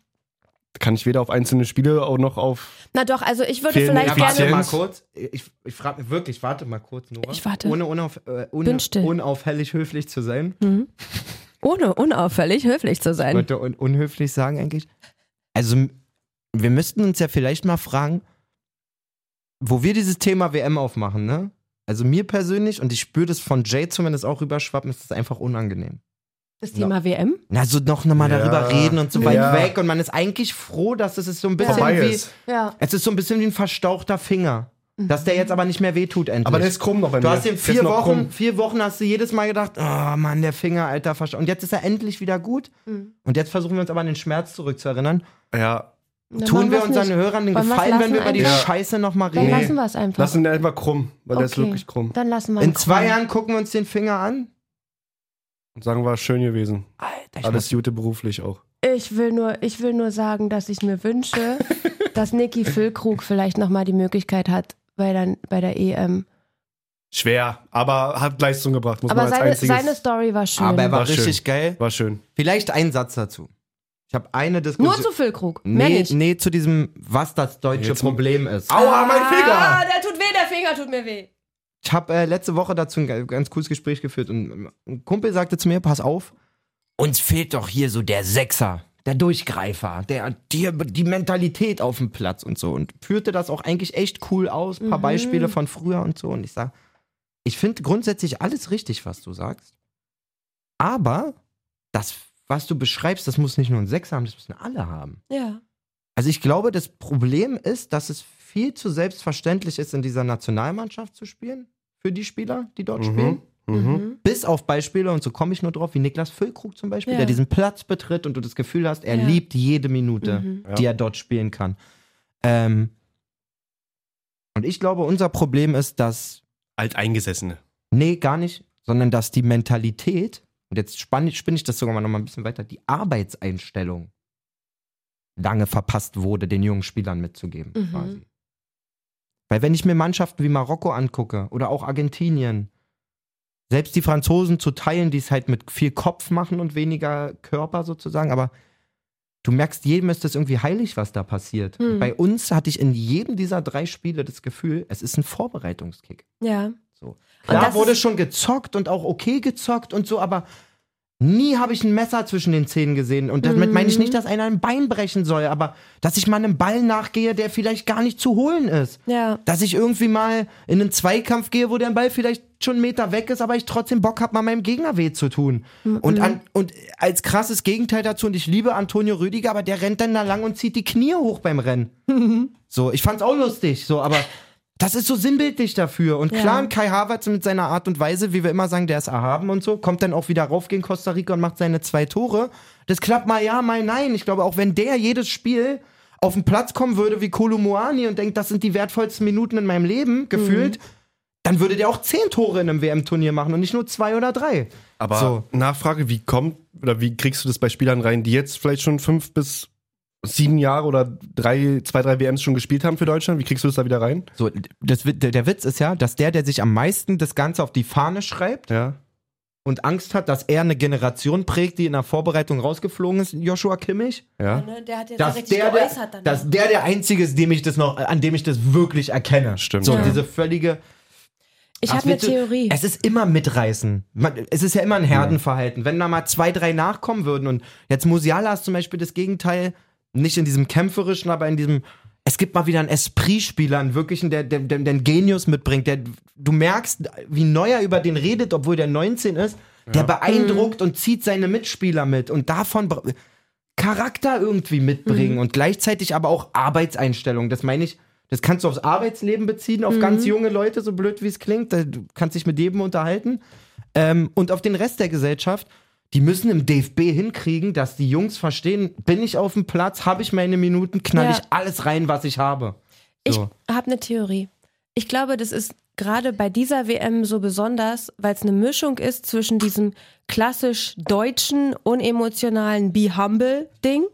A: Kann ich weder auf einzelne Spiele auch noch auf.
C: Na doch, also ich würde
A: Fehlen
C: vielleicht
A: die
B: warte
A: Effizienz.
C: gerne.
B: mal kurz. Ich, ich frage mich wirklich, warte mal kurz, Nora.
C: Ich warte.
B: Ohne, unauf, äh, ohne
C: Bin still.
B: unaufhellig höflich zu sein.
C: Mhm. Ohne unauffällig höflich zu sein.
B: Wollte un unhöflich sagen eigentlich. Also, m- wir müssten uns ja vielleicht mal fragen, wo wir dieses Thema WM aufmachen, ne? Also mir persönlich, und ich spüre das von Jay zumindest auch rüberschwappen, ist das einfach unangenehm.
C: Das Thema WM?
B: Na, so noch nochmal
A: Ja.
B: darüber reden und so weit
A: Ja.
B: weg. Und man ist eigentlich froh, dass es ist so ein bisschen
A: Vorbei
B: wie.
A: ist.
C: Ja.
B: Es ist so ein bisschen wie ein verstauchter Finger. Dass der jetzt aber nicht mehr wehtut endlich.
A: Aber der ist krumm noch bei
B: du
A: mir.
B: hast
A: Der
B: den
A: ist
B: vier
A: noch
B: Wochen,
A: krumm.
B: vier Wochen hast du jedes Mal gedacht, oh Mann, der Finger, alter Verstaucht. Und jetzt ist er endlich wieder gut.
C: Mhm.
B: Und jetzt versuchen wir uns aber an den Schmerz zurückzuerinnern.
A: Ja.
C: Dann
B: Tun
C: machen
B: wir
C: wir's
B: unseren
C: nicht.
B: Hörern den
C: Wollen wir's
B: Gefallen, wenn wir
C: lassen
B: über die
C: einfach?
B: Scheiße nochmal
C: Dann
A: Nee.
B: reden?
C: lassen wir es einfach.
A: Lass ihn einfach krumm, weil der ist
C: Okay.
A: wirklich krumm.
C: Dann lassen wir ihn
B: In zwei
C: kommen.
B: Jahren gucken wir uns den Finger an.
A: Und sagen, war schön gewesen.
B: Alter, ich
A: Alles Gute beruflich auch.
C: Ich will nur, ich will nur sagen, dass ich mir wünsche, dass Nicky Füllkrug vielleicht nochmal die Möglichkeit hat bei der, bei der E EM.
A: Schwer, aber hat Leistung gebracht, muss
C: Aber
A: man als
C: seine,
A: einziges.
C: seine Story war schön.
B: aber er war,
A: War schön.
B: richtig geil.
A: war schön.
B: Vielleicht ein Satz dazu. Ich habe eine Diskussion.
C: nur zu Füllkrug, mehr
B: nee,
C: nicht.
B: nee, zu diesem, was das deutsche
A: Jetzt-
B: Problem ist.
A: Aua, mein
C: Ah,
A: Finger!
C: der tut weh, der Finger tut mir weh.
B: Ich habe äh, letzte Woche dazu ein ge- ganz cooles Gespräch geführt und ähm, ein Kumpel sagte zu mir, pass auf, uns fehlt doch hier so der Sechser, der Durchgreifer, der die, die Mentalität auf dem Platz und so und führte das auch eigentlich echt cool aus, ein paar Beispiele von früher und so und ich sag, ich finde grundsätzlich alles richtig, was du sagst, aber das, was du beschreibst, das muss nicht nur ein Sechser haben, das müssen alle haben.
C: Ja.
B: Also ich glaube, das Problem ist, dass es viel zu selbstverständlich ist, in dieser Nationalmannschaft zu spielen, für die Spieler, die dort spielen.
A: Mhm.
B: Bis auf Beispiele, und so komme ich nur drauf, wie Niklas Füllkrug zum Beispiel,
C: Ja.
B: der diesen Platz betritt und du das Gefühl hast, er
C: Ja. Mhm.
B: liebt jede Minute, die er dort spielen kann. Ähm, und ich glaube, unser Problem ist, dass
A: Alteingesessene.
B: Nee, gar nicht, sondern dass die Mentalität, und jetzt spann, spinne ich das sogar mal noch mal ein bisschen weiter, die Arbeitseinstellung lange verpasst wurde, den jungen Spielern mitzugeben.
C: Mhm.
B: Quasi. Weil wenn ich mir Mannschaften wie Marokko angucke oder auch Argentinien, selbst die Franzosen zu teilen, die es halt mit viel Kopf machen und weniger Körper sozusagen, aber du merkst, jedem ist das irgendwie heilig, was da passiert.
C: Mhm.
B: Und Bei uns hatte ich in jedem dieser drei Spiele das Gefühl, es ist ein Vorbereitungskick.
C: Ja.
B: So.
C: das
B: Klar wurde
C: ist-
B: schon gezockt und auch okay gezockt und so, aber nie habe ich ein Messer zwischen den Zähnen gesehen. Und damit meine
C: Mhm.
B: ich nicht, dass einer ein Bein brechen soll, aber dass ich mal einem Ball nachgehe, der vielleicht gar nicht zu holen ist.
C: Ja.
B: Dass ich irgendwie mal in einen Zweikampf gehe, wo der Ball vielleicht schon einen Meter weg ist, aber ich trotzdem Bock habe, mal meinem Gegner weh zu tun.
C: Mhm.
B: Und, an, und als krasses Gegenteil dazu, und ich liebe Antonio Rüdiger, aber der rennt dann da lang und zieht die Knie hoch beim Rennen. so, ich fand's auch lustig, so, aber das ist so sinnbildlich dafür. Und
C: Ja.
B: klar, ein Kai Havertz mit seiner Art und Weise, wie wir immer sagen, der ist erhaben und so, kommt dann auch wieder rauf gegen Costa Rica und macht seine zwei Tore. Das klappt mal ja, mal nein. Ich glaube, auch wenn der jedes Spiel auf den Platz kommen würde wie Kolumuani und denkt, das sind die wertvollsten Minuten in meinem Leben, gefühlt, dann würde der auch zehn Tore in einem WM-Turnier machen und nicht nur zwei oder drei.
A: Aber
B: So.
A: Nachfrage, wie kommt oder wie kriegst du das bei Spielern rein, die jetzt vielleicht schon fünf bis sieben Jahre oder drei, zwei, drei WMs schon gespielt haben für Deutschland? Wie kriegst du das da wieder rein?
B: So, das, Wit- der der Witz ist ja, dass der, der sich am meisten das Ganze auf die Fahne schreibt
A: Ja.
B: und Angst hat, dass er eine Generation prägt, die in der Vorbereitung rausgeflogen ist, Joshua Kimmich,
A: Ja.
C: Der hat jetzt
B: dass der der, dass der der einzige ist, dem ich das noch, an dem ich das wirklich erkenne.
A: Stimmt.
B: So
A: Ja.
B: diese völlige.
C: ich
B: Ach,
C: habe eine
B: willst du-
C: Theorie.
B: Es ist immer mitreißen. Man, es ist ja immer ein Herdenverhalten. Wenn da mal zwei, drei nachkommen würden und jetzt Musiala ist zum Beispiel das Gegenteil, nicht in diesem kämpferischen, aber in diesem, es gibt mal wieder einen Esprit-Spieler, einen wirklichen, der, der, der, der einen Genius mitbringt, der, du merkst, wie Neuer über den redet, obwohl der 19 ist, der beeindruckt und zieht seine Mitspieler mit und davon bra- Charakter irgendwie mitbringen und gleichzeitig aber auch Arbeitseinstellung. Das meine ich, das kannst du aufs Arbeitsleben beziehen, auf ganz junge Leute, so blöd wie es klingt. Da- Du kannst dich mit jedem unterhalten. Ähm, und auf den Rest der Gesellschaft, die müssen im DFB hinkriegen, dass die Jungs verstehen, bin ich auf dem Platz, habe ich meine Minuten, knall
C: Ja.
B: ich alles rein, was ich habe.
C: Ich
B: So.
C: habe eine Theorie. Ich glaube, das ist gerade bei dieser WM so besonders, weil es eine Mischung ist zwischen diesem klassisch deutschen, unemotionalen Be Humble-Ding,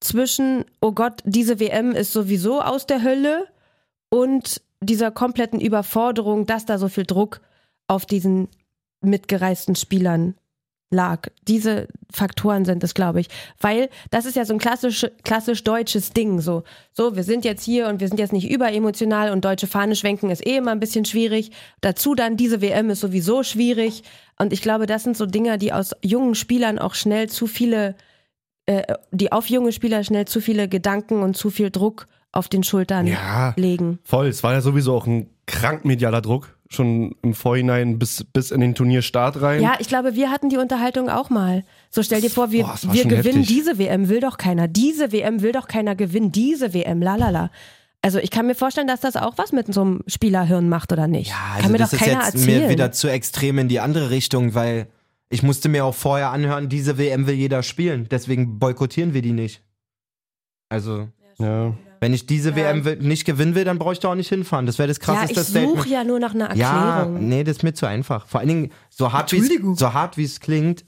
C: zwischen, oh Gott, diese WM ist sowieso aus der Hölle und dieser kompletten Überforderung, dass da so viel Druck auf diesen mitgereisten Spielern lag. Diese Faktoren sind es, glaube ich. Weil das ist ja so ein klassisch, klassisch deutsches Ding. So. so, wir sind jetzt hier und wir sind jetzt nicht überemotional und deutsche Fahne schwenken ist eh immer ein bisschen schwierig. Dazu dann, diese WM ist sowieso schwierig. Und ich glaube, das sind so Dinger, die aus jungen Spielern auch schnell zu viele, äh, die auf junge Spieler schnell zu viele Gedanken und zu viel Druck auf den Schultern
A: Ja.
C: legen.
A: Voll, es war ja sowieso auch ein krank medialer Druck, schon im Vorhinein bis, bis in den Turnierstart
B: Ähm,
A: rein.
C: Ja, ich glaube, wir hatten die Unterhaltung auch mal. So stell dir vor, wir,
A: Boah, das war
C: wir
A: schon
C: gewinnen
A: heftig.
C: diese WM, will doch keiner. Diese WM will doch keiner gewinnen. Diese WM, lalala. Also ich kann mir vorstellen, dass das auch was mit so einem Spielerhirn macht oder nicht.
B: Ja,
C: kann
B: also
C: mir
B: das
C: doch
B: ist
C: keiner
B: jetzt
C: erzählen.
B: mir wieder zu extrem in die andere Richtung, weil ich musste mir auch vorher anhören, diese WM will jeder spielen, deswegen boykottieren wir die nicht. Also,
A: Ja.
B: wenn ich diese WM will, nicht gewinnen will, dann brauche ich da auch nicht hinfahren. Das wäre das
C: ja,
B: krasseste
C: ich
B: Statement.
C: suche ja nur nach einer
B: Ja,
C: Erklärung.
B: nee, das ist mir zu einfach. Vor allen Dingen, so hart wie
C: Entschuldigung.
B: so hart wie es klingt,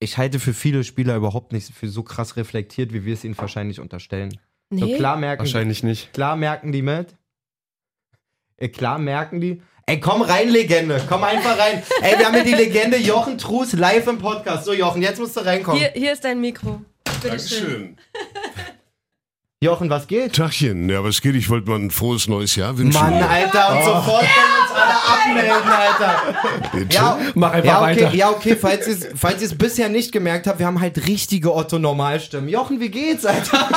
B: ich halte für viele Spieler überhaupt nicht für so krass reflektiert, wie wir es ihnen wahrscheinlich unterstellen. So
C: Nee.
B: klar merken,
A: Wahrscheinlich nicht.
B: klar merken die mit. Äh, Klar merken die. Ey, komm rein, Legende. Komm einfach rein. Ey, wir haben hier die Legende Jochen Truß live im Podcast. So, Jochen, jetzt musst du reinkommen.
C: Hier, hier ist dein Mikro. Dankeschön.
B: Jochen, was geht?
E: Tachchen, ja, was geht? Ich wollte mal ein frohes neues Jahr wünschen.
B: Mann, Alter,
E: Oh.
B: und sofort können uns alle abmelden, Alter.
E: Bitte?
B: Ja,
A: Mach einfach
B: ja, okay,
A: weiter.
B: ja, okay, falls ihr es falls ihr's bisher nicht gemerkt habt, wir haben halt richtige Otto-Normalstimmen. Jochen, wie geht's, Alter?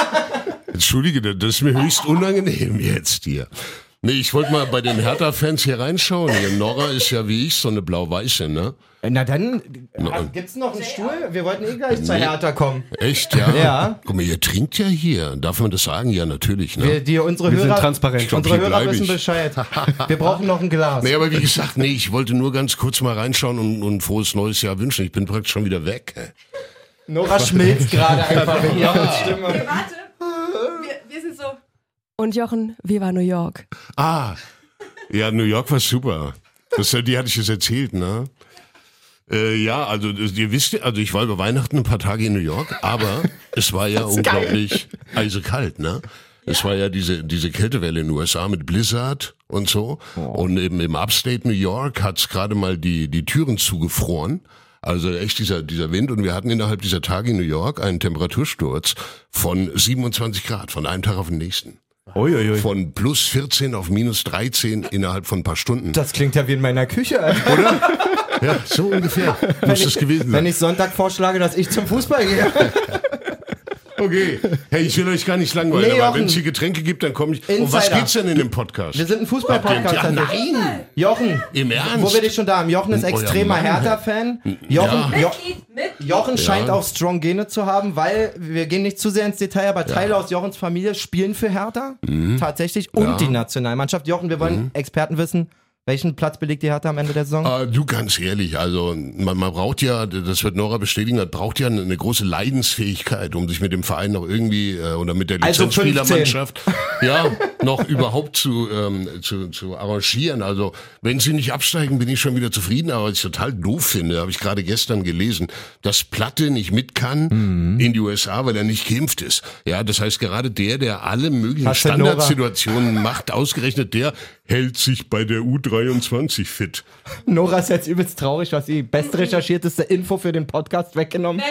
E: Entschuldige, das ist mir höchst unangenehm jetzt hier. Nee, ich wollte mal bei den Hertha-Fans hier reinschauen. Hier, Nora ist ja wie ich so eine blau-weiße, ne?
B: Na dann,
E: Na,
B: hat- gibt's noch einen Stuhl? Wir wollten eh gleich zur Hertha kommen.
E: Echt, ja?
B: Ja.
E: Guck mal, ihr trinkt ja hier. Darf man das sagen? Ja, natürlich, ne?
B: Wir, die, unsere
A: Wir sind
B: Hörer,
A: transparent, Jochen,
B: unsere
E: hier
B: Hörer
E: bleib
B: wissen
E: ich.
B: Bescheid. Wir brauchen noch ein Glas.
E: Nee, aber wie gesagt, nee, ich wollte nur ganz kurz mal reinschauen und, und ein frohes neues Jahr wünschen. Ich bin praktisch schon wieder weg.
B: Nora schmilzt gerade einfach wegen Jochens Stimme.
C: Warte, wir, sind so. Und Jochen, Viva New York.
E: Ah, ja, New York war super. Das, äh, die hatte ich jetzt erzählt, ne? Äh, ja, also das- ihr wisst, ja, also ich war über Weihnachten ein paar Tage in New York, aber es war ja unglaublich eisekalt, ne? Es war ja diese, diese Kältewelle in den USA mit Blizzard und so. Und eben im Upstate New York hat's gerade mal die, die Türen zugefroren. Also echt dieser, dieser Wind. Und wir hatten innerhalb dieser Tage in New York einen Temperatursturz von 27 Grad, von einem Tag auf den nächsten
A: Uiuiui.
E: von plus 14 auf minus 13 innerhalb von ein paar Stunden.
B: Das klingt ja wie in meiner Küche, Alter.
E: ja, so ungefähr muss das gewesen
B: Wenn
E: sein.
B: ich Sonntag vorschlage, dass ich zum Fußball gehe.
E: Okay, hey, ich will euch gar nicht langweilen,
B: Nee,
E: aber
B: Jochen.
E: wenn es hier Getränke gibt, dann komme ich. Um was
B: Insider.
E: geht's denn in dem Podcast?
B: Wir sind ein Fußball-Podcast.
E: Ja,
B: tatsächlich.
E: nein!
B: Jochen,
E: Im Ernst?
B: wo wir dich schon da haben. Jochen ist
E: Euer
B: extremer
E: Oh Mann.
B: Hertha-Fan. Jochen, jo Jochen scheint
E: Ja.
B: auch strong Gene zu haben, weil wir gehen nicht zu sehr ins Detail, aber Teile aus Jochens Familie spielen für Hertha
E: Mhm.
B: tatsächlich und die Nationalmannschaft. Jochen, wir wollen Experten wissen, welchen Platz belegt die Hertha am Ende der Saison?
E: Ah, du ganz ehrlich, also man, man braucht ja, das wird Nora bestätigen, man braucht ja eine, eine große Leidensfähigkeit, um sich mit dem Verein noch irgendwie äh, oder mit der
B: Also
E: Lizenzspielermannschaft ja noch überhaupt zu, ähm, zu, zu arrangieren. Also wenn sie nicht absteigen, bin ich schon wieder zufrieden. Aber was ich total doof finde, habe ich gerade gestern gelesen, dass Platte nicht mit kann
B: Mhm.
E: in die USA, weil er nicht geimpft ist. Ja, das heißt gerade der, der alle möglichen
B: Hast du Nora?
E: Standardsituationen macht, ausgerechnet der hält sich bei der U23 fit.
B: Nora ist jetzt übelst traurig, was die bestrecherchierteste Info für den Podcast weggenommen.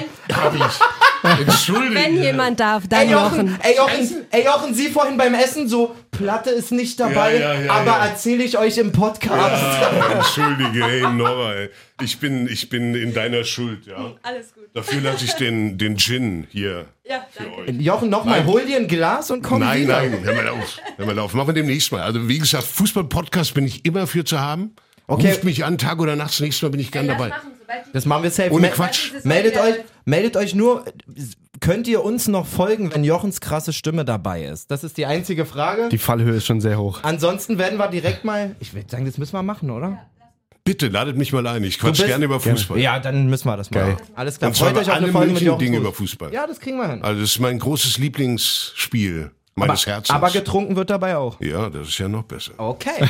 E: Hab ich. Entschuldige.
C: Wenn jemand darf, dann
B: Ey Jochen,
C: Jochen.
B: ey Jochen, ey Jochen, Sie vorhin beim Essen so, Platte ist nicht dabei,
E: Ja, ja, ja,
B: aber
E: ja.
B: erzähle ich euch im Podcast.
E: Ah, Entschuldige, hey Nora, ey. ich bin, ich bin in deiner Schuld, ja.
C: Alles gut.
E: Dafür lasse ich den, den Gin hier
C: Ja,
E: für euch.
B: Jochen, nochmal, hol dir ein Glas und komm
E: Nein,
B: wieder.
E: nein, hör mal auf, hör mal auf. Machen wir demnächst mal. Also wie gesagt, Fußball-Podcast bin ich immer für zu haben.
B: Okay.
E: Ruft mich an, Tag oder nachts, nächstes Mal bin ich gern dabei.
B: Das machen wir safe.
E: Ohne
B: Me-
E: Quatsch.
B: Meldet euch, meldet euch nur, könnt ihr uns noch folgen, wenn Jochens krasse Stimme dabei ist? Das ist die einzige Frage.
A: Die Fallhöhe ist schon sehr hoch.
B: Ansonsten werden wir direkt mal, ich würde sagen, das müssen wir machen, oder?
E: Bitte ladet mich mal ein. Ich quatsch
B: bist-
E: gerne über Fußball.
B: Ja, dann müssen wir das mal.
A: Geil.
B: machen. Alles klar.
E: Und zwar
B: Freut
E: über
B: euch auf
E: alle
B: eine Folge mit
E: möglichen
B: Jochen.
E: Dinge
B: Truss.
E: über Fußball.
B: Ja, das kriegen wir hin.
E: Also das ist mein großes Lieblingsspiel meines Herzens.
B: Aber getrunken wird dabei auch.
E: ja, das ist ja noch besser.
B: Okay.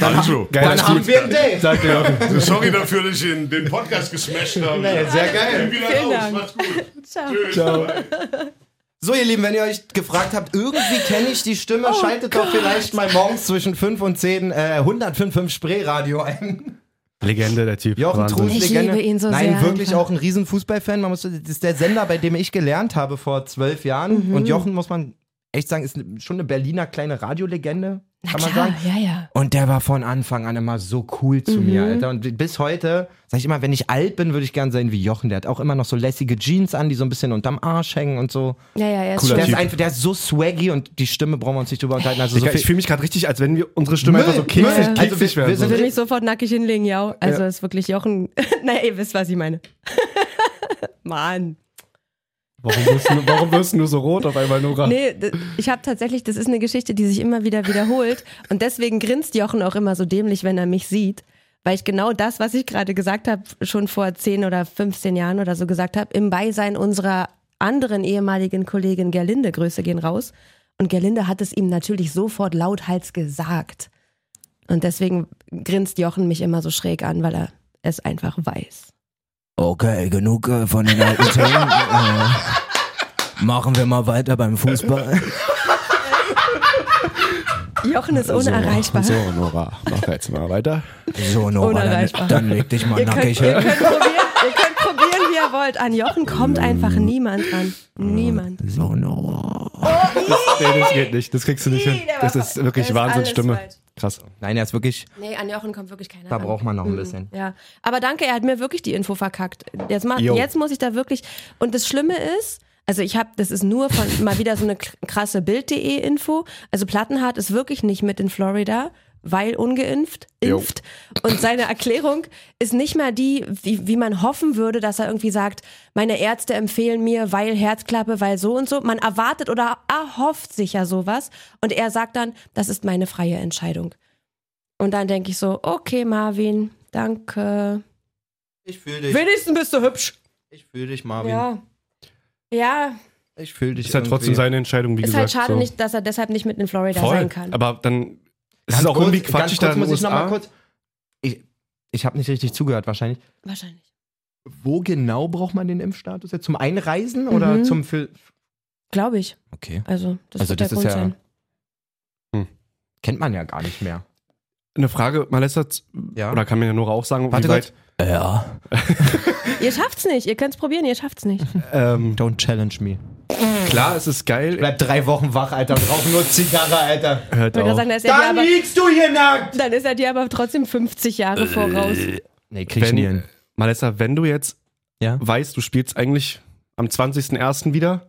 E: Also,
B: Dann
A: ist
B: haben
A: gut.
B: wir ein Date.
A: Danke, Jochen.
E: Sorry dafür, dass ich den, den Podcast gesmashed habe.
B: Nee, sehr geil.
E: Ich bin wieder
C: Vielen
E: raus.
C: Dank.
E: Macht's gut.
C: Ciao.
E: Tschüss.
A: Ciao.
E: Bye.
B: So, ihr Lieben, wenn ihr euch gefragt habt, irgendwie kenne ich die Stimme,
C: Oh
B: schaltet doch vielleicht mal morgens zwischen 5 und 10 äh, 105.5 Spreeradio ein.
A: Legende, der Typ.
B: Jochen
A: Wahnsinn.
B: Truth,
C: Ich
B: Legende.
C: liebe ihn so
B: Nein,
C: sehr
B: wirklich
C: einfach.
B: auch ein riesen Fußballfan. Man muss, das ist der Sender, bei dem ich gelernt habe vor zwölf Jahren.
C: Mhm.
B: Und Jochen, muss man echt sagen, ist schon eine Berliner kleine Radiolegende,
C: Na
B: kann
C: klar,
B: man sagen.
C: ja, ja.
B: Und der war von Anfang an immer so cool zu
C: Mhm.
B: mir, Alter. Und bis heute, sag ich immer, wenn ich alt bin, würde ich gern sein wie Jochen. Der hat auch immer noch so lässige Jeans an, die so ein bisschen unterm Arsch hängen und so.
C: Ja, ja, ja. ist
A: Cooler
B: Der
C: schon-
B: ist,
A: Typ.
B: einfach, der ist so swaggy und die Stimme brauchen wir uns nicht drüber unterhalten. Also so
A: Digga,
B: viel,
A: ich fühle mich gerade richtig, als wenn wir unsere Stimme
B: Müll,
A: einfach so keksig,
B: Müll. Also
A: keksig
B: wir- wir
A: werden.
B: sind
A: so.
C: Würde mich sofort nackig hinlegen, ja. Also ist wirklich Jochen. naja, ihr wisst, was ich meine. Mann.
A: Warum wirst, du, warum wirst du nur so rot auf einmal, Nora?
C: Nee, d- ich habe tatsächlich, das ist eine Geschichte, die sich immer wieder wiederholt. Und deswegen grinst Jochen auch immer so dämlich, wenn er mich sieht. Weil ich genau das, was ich gerade gesagt habe, schon vor 10 oder 15 Jahren oder so gesagt habe, im Beisein unserer anderen ehemaligen Kollegin Gerlinde, Grüße gehen raus. Und Gerlinde hat es ihm natürlich sofort lauthals gesagt. Und deswegen grinst Jochen mich immer so schräg an, weil er es einfach weiß.
F: Okay, genug äh, von den alten Themen. äh, machen wir mal weiter beim Fußball.
C: Jochen ist
A: Also,
C: unerreichbar.
A: So, Nora, mach jetzt mal weiter.
F: So, Nora, dann,
C: Unerreichbar.
F: dann leg dich mal
C: Ihr könnt, eh-
F: nackig
C: ihr,
F: hin.
C: könnt probieren, ihr könnt probieren, wie ihr wollt. An Jochen kommt einfach niemand ran. Niemand.
F: So, Nora.
A: Nee, das geht nicht, das kriegst du nicht hin.
C: der war
A: Das ist
C: voll-
A: wirklich
C: das ist alles
A: Wahnsinnsstimme.
C: falsch.
A: Krass.
B: nein, er ist wirklich,
C: Nee, an Jochen kommt wirklich keiner
B: da
C: ran.
B: braucht man noch ein bisschen.
C: Ja, aber danke, er hat mir wirklich die Info verkackt. Jetzt, mach,
A: Jo.
C: jetzt muss ich da wirklich. Und das Schlimme ist, also ich habe, das ist nur von mal wieder so eine k- krasse Bild.de-Info. Also Plattenhardt ist wirklich nicht mit in Florida, weil ungeimpft,
A: Jo.
C: impft. Und seine Erklärung ist nicht mal die, wie, wie man hoffen würde, dass er irgendwie sagt, meine Ärzte empfehlen mir, weil Herzklappe, weil so und so. Man erwartet oder erhofft sich ja sowas. Und er sagt dann, das ist meine freie Entscheidung. Und dann denke ich so, okay, Marvin, danke.
B: Ich fühle dich,
C: Wenigstens bist du hübsch.
B: ich fühle dich, Marvin.
C: Ja. Ja,
B: Ich fühle dich
A: Ist halt trotzdem seine Entscheidung, wie
C: ist halt
A: gesagt.
C: schade,
A: so.
C: nicht, dass er deshalb nicht mit in Florida sein kann.
A: Aber dann es ist es auch irgendwie quatschig da
B: ganz kurz
A: in den
B: muss ich noch mal
A: USA.
B: kurz. Ich, ich habe nicht richtig zugehört wahrscheinlich.
C: Wahrscheinlich.
B: Wo genau braucht man den Impfstatus jetzt? Zum Einreisen oder
C: Mhm.
B: zum Fil
C: Glaube ich.
B: Okay.
C: Also, das
B: Also
C: wird
B: das
C: der
B: ist
C: Grund
B: ja-
C: sein.
B: Kennt man ja gar nicht mehr.
A: Eine Frage, Malessa, z-
B: Ja.
A: oder kann mir Nora auch sagen,
B: Warte
A: wie weit?
F: Ja.
C: Ihr schafft's nicht. Ihr könnt's probieren, ihr schafft's nicht.
A: Ähm,
B: Don't challenge me.
A: klar, es ist geil.
B: Bleib drei Wochen wach, Alter, und rauch nur Zigarre, Alter.
A: Hört
C: Ich wollte gerade
A: auf.
C: sagen, da ist er dir
B: Dann
C: aber,
B: liegst du hier nackt!
C: dann ist er dir aber trotzdem 50 Jahre voraus.
B: Nee, krieg ich nie
A: Wenn,
B: hin.
A: Malessa, wenn du jetzt
B: Ja?
A: weißt, du spielst eigentlich am 20.01. wieder,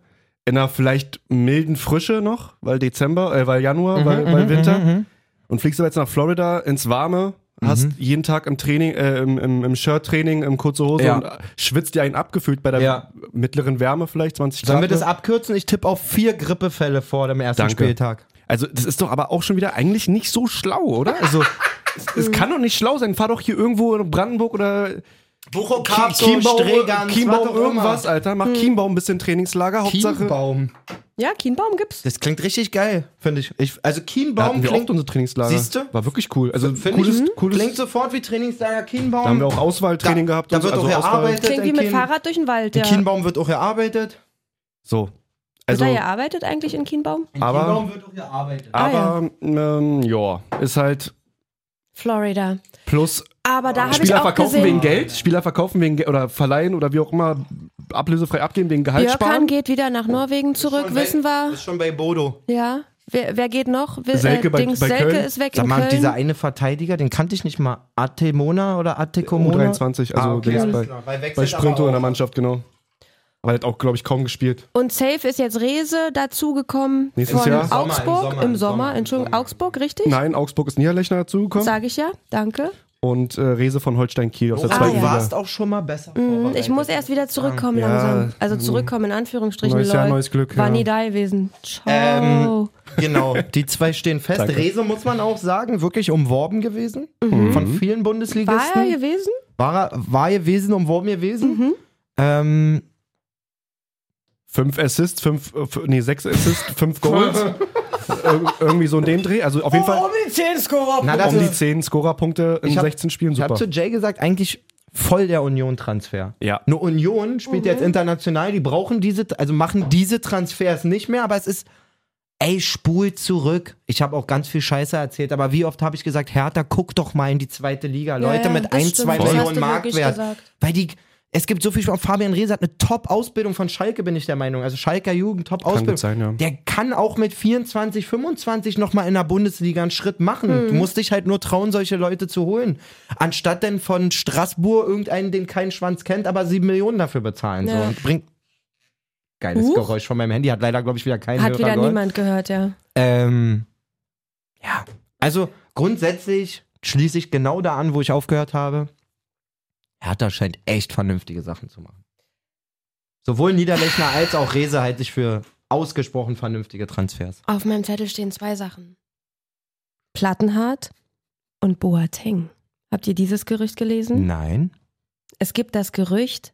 A: in einer vielleicht milden Frische noch, weil Dezember, äh, weil Januar,
B: Mhm,
A: weil, weil Winter. Und fliegst aber jetzt nach Florida ins Warme, hast
B: Mhm.
A: jeden Tag im Training, äh, im, im, im Shirt-Training, im kurze Hose
B: Ja.
A: und äh, schwitzt dir einen abgefühlt bei der
B: Ja.
A: mittleren Wärme vielleicht, 20 Grad.
B: Sollen wir das
A: ne?
B: abkürzen? Ich tippe auf vier Grippefälle vor dem ersten
A: Danke.
B: Spieltag.
A: Also, das ist doch aber auch schon wieder eigentlich nicht so schlau, oder? Also, es, es kann doch nicht schlau sein. Fahr doch hier irgendwo in Brandenburg oder
B: Buchokarp,
A: Chiembaum, Chiembaum irgendwas, Alter.
C: Hm.
A: Mach Chiembaum ein bisschen Trainingslager. Hauptsache,
B: Kienbaum.
C: Ja, Kienbaum gibt's.
B: Das klingt richtig geil, finde ich. ich. Also
A: Da
B: Kienbaum
A: hatten wir oft
B: klingt,
A: unsere Trainingslager.
B: Siehste?
A: War wirklich cool. Also
B: find
A: cooles,
B: ich,
A: cooles.
B: klingt sofort wie Trainingslager Kienbaum.
A: Da haben wir auch Auswahltraining
B: da,
A: gehabt.
B: Da
A: und
B: wird
A: so,
B: auch
A: also Auswahl-
B: erarbeitet.
C: Klingt wie
B: in
C: mit
B: Kien-
C: Fahrrad durch den Wald, ja.
B: In Kienbaum wird auch erarbeitet.
A: So.
C: Wird
A: Also,
C: da gearbeitet eigentlich in Kienbaum?
B: In
A: Aber-
B: Kienbaum wird auch gearbeitet.
A: aber ähm, ja, ist halt
C: Florida.
A: plus
C: Aber da habe ich
A: Äh, Spieler
C: auch
A: verkaufen
C: gesehen,
A: wegen Geld, Spieler verkaufen wegen Geld oder verleihen oder wie auch immer ablösefrei abgeben, den Gehalt
C: Björkan
A: Halt, sparen.
C: geht wieder nach Norwegen zurück,
B: Schon
C: wissen
B: bei,
C: wir.
B: Ist schon bei Bodo.
C: Ja. Wer, wer geht noch? Wi-
A: Selke bei-
C: Dings,
A: bei
C: Selke
A: Köln.
C: ist weg
B: Sag
C: in
B: mal,
C: Köln.
B: dieser eine Verteidiger, den kannte ich nicht mal. Atemona oder Atekomona?
A: U23, also
B: ah, okay,
A: Dings
B: alles
A: bei-
B: klar. Weil wechselt
A: Bei Sprinto
B: aber
A: in der
B: auch.
A: Mannschaft, genau. Aber er hat auch, glaube ich, kaum gespielt.
C: Und safe ist jetzt Rese dazugekommen
A: Nächstes
C: von
A: Jahr? Im
B: Sommer, im
C: Augsburg.
B: Sommer,
C: Im
B: im
C: Sommer,
B: Sommer, im
C: Entschuldigung,
B: Sommer.
C: Augsburg, richtig?
A: Nein, Augsburg ist Niederlechner dazugekommen
C: Sage ich ja, danke.
A: und äh, Rese von Holstein Kiel aus der
B: Ah,
C: Zeit
A: zweiten
B: du
C: wieder.
B: warst auch schon mal besser.
C: Hm,
A: Oh,
B: vorbereitet.
C: Ich muss erst wieder zurückkommen
A: Ja. Hm.
C: langsam. Also zurückkommen in Anführungsstrichen,
A: Neues Jahr,
C: Leute.
A: neues Glück,
C: War
A: ja.
C: nie da gewesen. Ciao. Oh.
B: Ähm, Genau, die zwei stehen fest.
A: Danke.
B: Rese muss man auch sagen, wirklich umworben gewesen. Von
A: Mhm.
B: vielen
C: Mhm. War er Mhm.
B: Bundesligisten.
C: gewesen?
B: War, er, war gewesen, umworben gewesen. Ähm,
A: Fünf Assists, fünf, äh, f- nee, sechs Assists, fünf Goals. Ir irgendwie so in dem Dreh. Also auf
C: Oh,
A: jeden Fall
B: na, das
A: um die
B: ist,
A: 10 Scorerpunkte in
B: Ich hab-
A: 16 Spielen
B: ich habe
A: super.
B: zu Jay gesagt, eigentlich voll der Union-Transfer.
A: Ja.
B: Eine Union spielt jetzt
C: Mhm.
B: international, die brauchen diese, also machen diese Transfers nicht mehr, aber es ist, ey, spul zurück. Ich habe auch ganz viel Scheiße erzählt, aber wie oft habe ich gesagt, Hertha, guck doch mal in die zweite Liga. Leute
C: ja,
B: mit
C: das
B: 1,
C: stimmt,
B: 2
C: das hast
B: Millionen
C: du wirklich
B: Markwert.
C: gesagt.
B: Weil die, es gibt so viel, Fabian Reese hat eine Top-Ausbildung von Schalke, bin ich der Meinung. Also Schalker Jugend,
A: Kann
B: Top-Ausbildung.
A: gut sein, ja.
B: Der kann auch mit 24, 25 nochmal in der Bundesliga einen Schritt machen.
C: Hm.
B: Du musst dich halt nur trauen, solche Leute zu holen. Anstatt denn von Straßburg irgendeinen, den keinen Schwanz kennt, aber sieben Millionen dafür bezahlen. So.
C: Ja.
B: Und bringt. Geiles
C: Huch.
B: Geräusch von meinem Handy. Hat leider, glaube ich, wieder keinen
C: Hat
B: Hörer
C: wieder
B: geholt.
C: niemand gehört, ja.
B: Ähm, ja, also grundsätzlich schließe ich genau da an, wo ich aufgehört habe. Hertha scheint echt vernünftige Sachen zu machen. Sowohl Niederlechner als auch Rese halte ich für ausgesprochen vernünftige Transfers.
C: Auf meinem Zettel stehen zwei Sachen. Plattenhardt und Boateng. Habt ihr dieses Gerücht gelesen?
B: Nein.
C: Es gibt das Gerücht,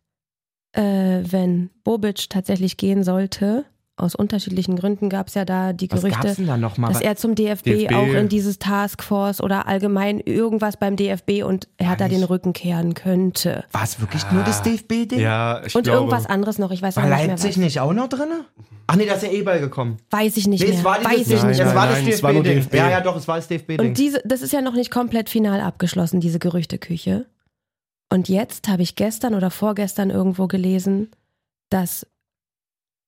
C: äh, wenn Bobic tatsächlich gehen sollte, aus unterschiedlichen Gründen gab es ja da die
B: Was gab's
C: Gerüchte,
B: denn da nochmal?
C: dass er zum DFB,
A: DFB
C: auch in dieses Taskforce oder allgemein irgendwas beim DFB und er hat da
B: Gar nicht.
C: den Rücken kehren könnte.
B: War es wirklich nur das DFB-Ding?
A: Ah. Ja, ich
C: Und
A: glaube.
C: irgendwas anderes noch, ich weiß auch
B: War
C: nicht mehr
B: Leipzig
C: was.
B: nicht auch noch drin? Ach nee, da ist ja eh ball gekommen.
C: Weiß ich nicht
B: Nee,
C: mehr.
B: es war dieses,
C: weiß ich
B: nein,
C: nicht
B: es
A: nein,
B: war
C: mehr.
B: das
A: nein, es war nur
B: DFB-Ding.
A: DFB.
B: Ja, ja, doch, es war das DFB-Ding.
C: Und diese, das ist ja noch nicht komplett final abgeschlossen, diese Gerüchteküche. Und jetzt habe ich gestern oder vorgestern irgendwo gelesen, dass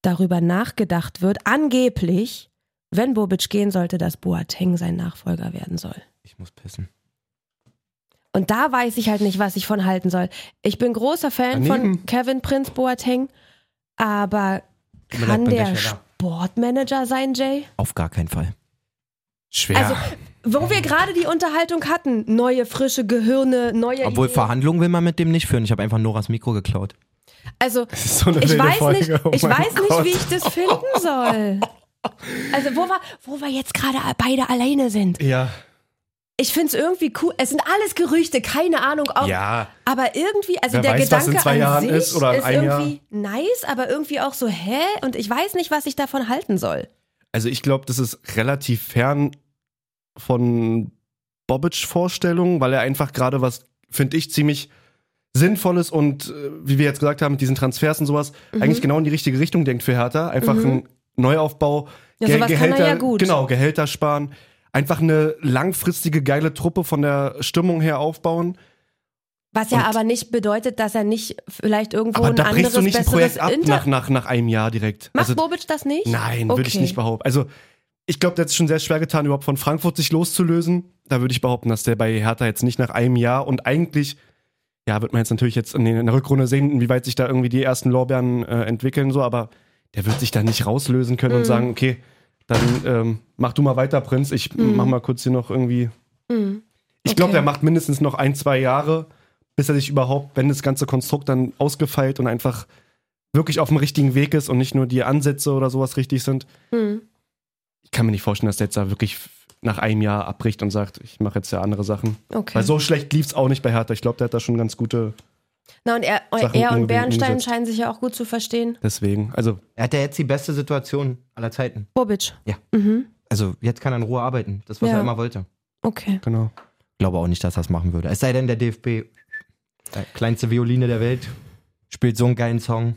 C: darüber nachgedacht wird, angeblich, wenn Bobic gehen sollte, dass Boateng sein Nachfolger werden soll.
B: Ich muss pissen.
C: Und da weiß ich halt nicht, was ich von halten soll. Ich bin großer Fan von
A: Daneben.
C: Kevin Prinz Boateng, aber
B: mir leid,
C: kann
B: bin
C: der
B: ich ja da.
C: Sportmanager sein, Jay?
B: Auf gar keinen Fall.
A: schwer.
C: Also, wo wir gerade die Unterhaltung hatten, neue frische Gehirne, neue
B: Obwohl
C: Ideen.
B: Verhandlungen will man mit dem nicht führen. Ich habe einfach Noras Mikro geklaut.
C: Also,
A: das ist so eine
C: ich
A: wilde
C: weiß
A: Folge.
C: nicht,
A: oh
C: ich
A: mein
C: weiß nicht,
A: Gott.
C: wie ich das finden soll. Also, wo wir, wo wir jetzt gerade beide alleine sind.
A: Ja.
C: Ich finde es irgendwie cool. Es sind alles Gerüchte, keine Ahnung. Auch,
A: Ja.
C: Aber irgendwie, also
A: Wer
C: der
A: weiß, was
C: Gedanke
A: in zwei
C: an
A: Jahren
C: sich
A: ist oder in einem Jahr.
C: irgendwie nice, aber irgendwie auch so, hä? Und ich weiß nicht, was ich davon halten soll.
A: Also ich glaube, das ist relativ fern von Bobic Vorstellungen, weil er einfach gerade was, finde ich, ziemlich Sinnvolles und äh, wie wir jetzt gesagt haben, mit diesen Transfers und sowas,
C: Mhm.
A: eigentlich genau in die richtige Richtung denkt für Hertha. Einfach ein Neuaufbau,
C: Ja,
A: Ge-
C: sowas kann er ja gut.
A: Genau, Gehälter sparen, einfach eine langfristige geile Truppe von der Stimmung her aufbauen.
C: Was ja
A: Und-
C: aber nicht bedeutet, dass er nicht vielleicht irgendwo
A: Aber
C: ein
A: da
C: anderes,
A: brichst du nicht ein
C: besseres
A: Projekt ab
C: Inter...
A: nach, nach, nach einem Jahr direkt.
C: Macht
A: Also-
C: Bobic das nicht?
A: Nein, würde ich
C: Okay.
A: nicht behaupten. Also, ich glaube, der hat es schon sehr schwer getan, überhaupt von Frankfurt sich loszulösen. Da würde ich behaupten, dass der bei Hertha jetzt nicht nach einem Jahr und eigentlich, ja, wird man jetzt natürlich jetzt in, den, in der Rückrunde sehen, inwieweit sich da irgendwie die ersten Lorbeeren äh, entwickeln, so, aber der wird sich da nicht rauslösen können
C: Mm.
A: und sagen, okay, dann ähm, mach du mal weiter, Prinz, ich mach mal kurz hier noch irgendwie. Ich glaube,
C: Mm. Okay.
A: der macht mindestens noch ein, zwei Jahre, bis er sich überhaupt, wenn das ganze Konstrukt dann ausgefeilt und einfach wirklich auf dem richtigen Weg ist und nicht nur die Ansätze oder sowas richtig sind.
C: Hm,
A: Ich kann mir nicht vorstellen, dass der jetzt da wirklich f- nach einem Jahr abbricht und sagt, ich mache jetzt ja andere Sachen.
C: Okay.
A: Weil so schlecht lief es auch nicht bei Hertha. Ich glaube, der hat da schon ganz gute
C: Na, und er,
A: Sachen
C: er und
A: irgendwie
C: Bernstein
A: umgesetzt.
C: scheinen sich ja auch gut zu verstehen.
A: deswegen. Also,
B: Er hat ja jetzt die beste Situation aller Zeiten.
C: Bobic.
B: Ja.
C: Mhm.
B: Also jetzt kann er in Ruhe arbeiten. Das, was
C: Ja.
B: er immer wollte.
C: Okay.
A: genau.
B: Glaube auch nicht, dass er das machen würde. Es sei denn, der DFB, äh, kleinste Violine der Welt, spielt so einen geilen Song,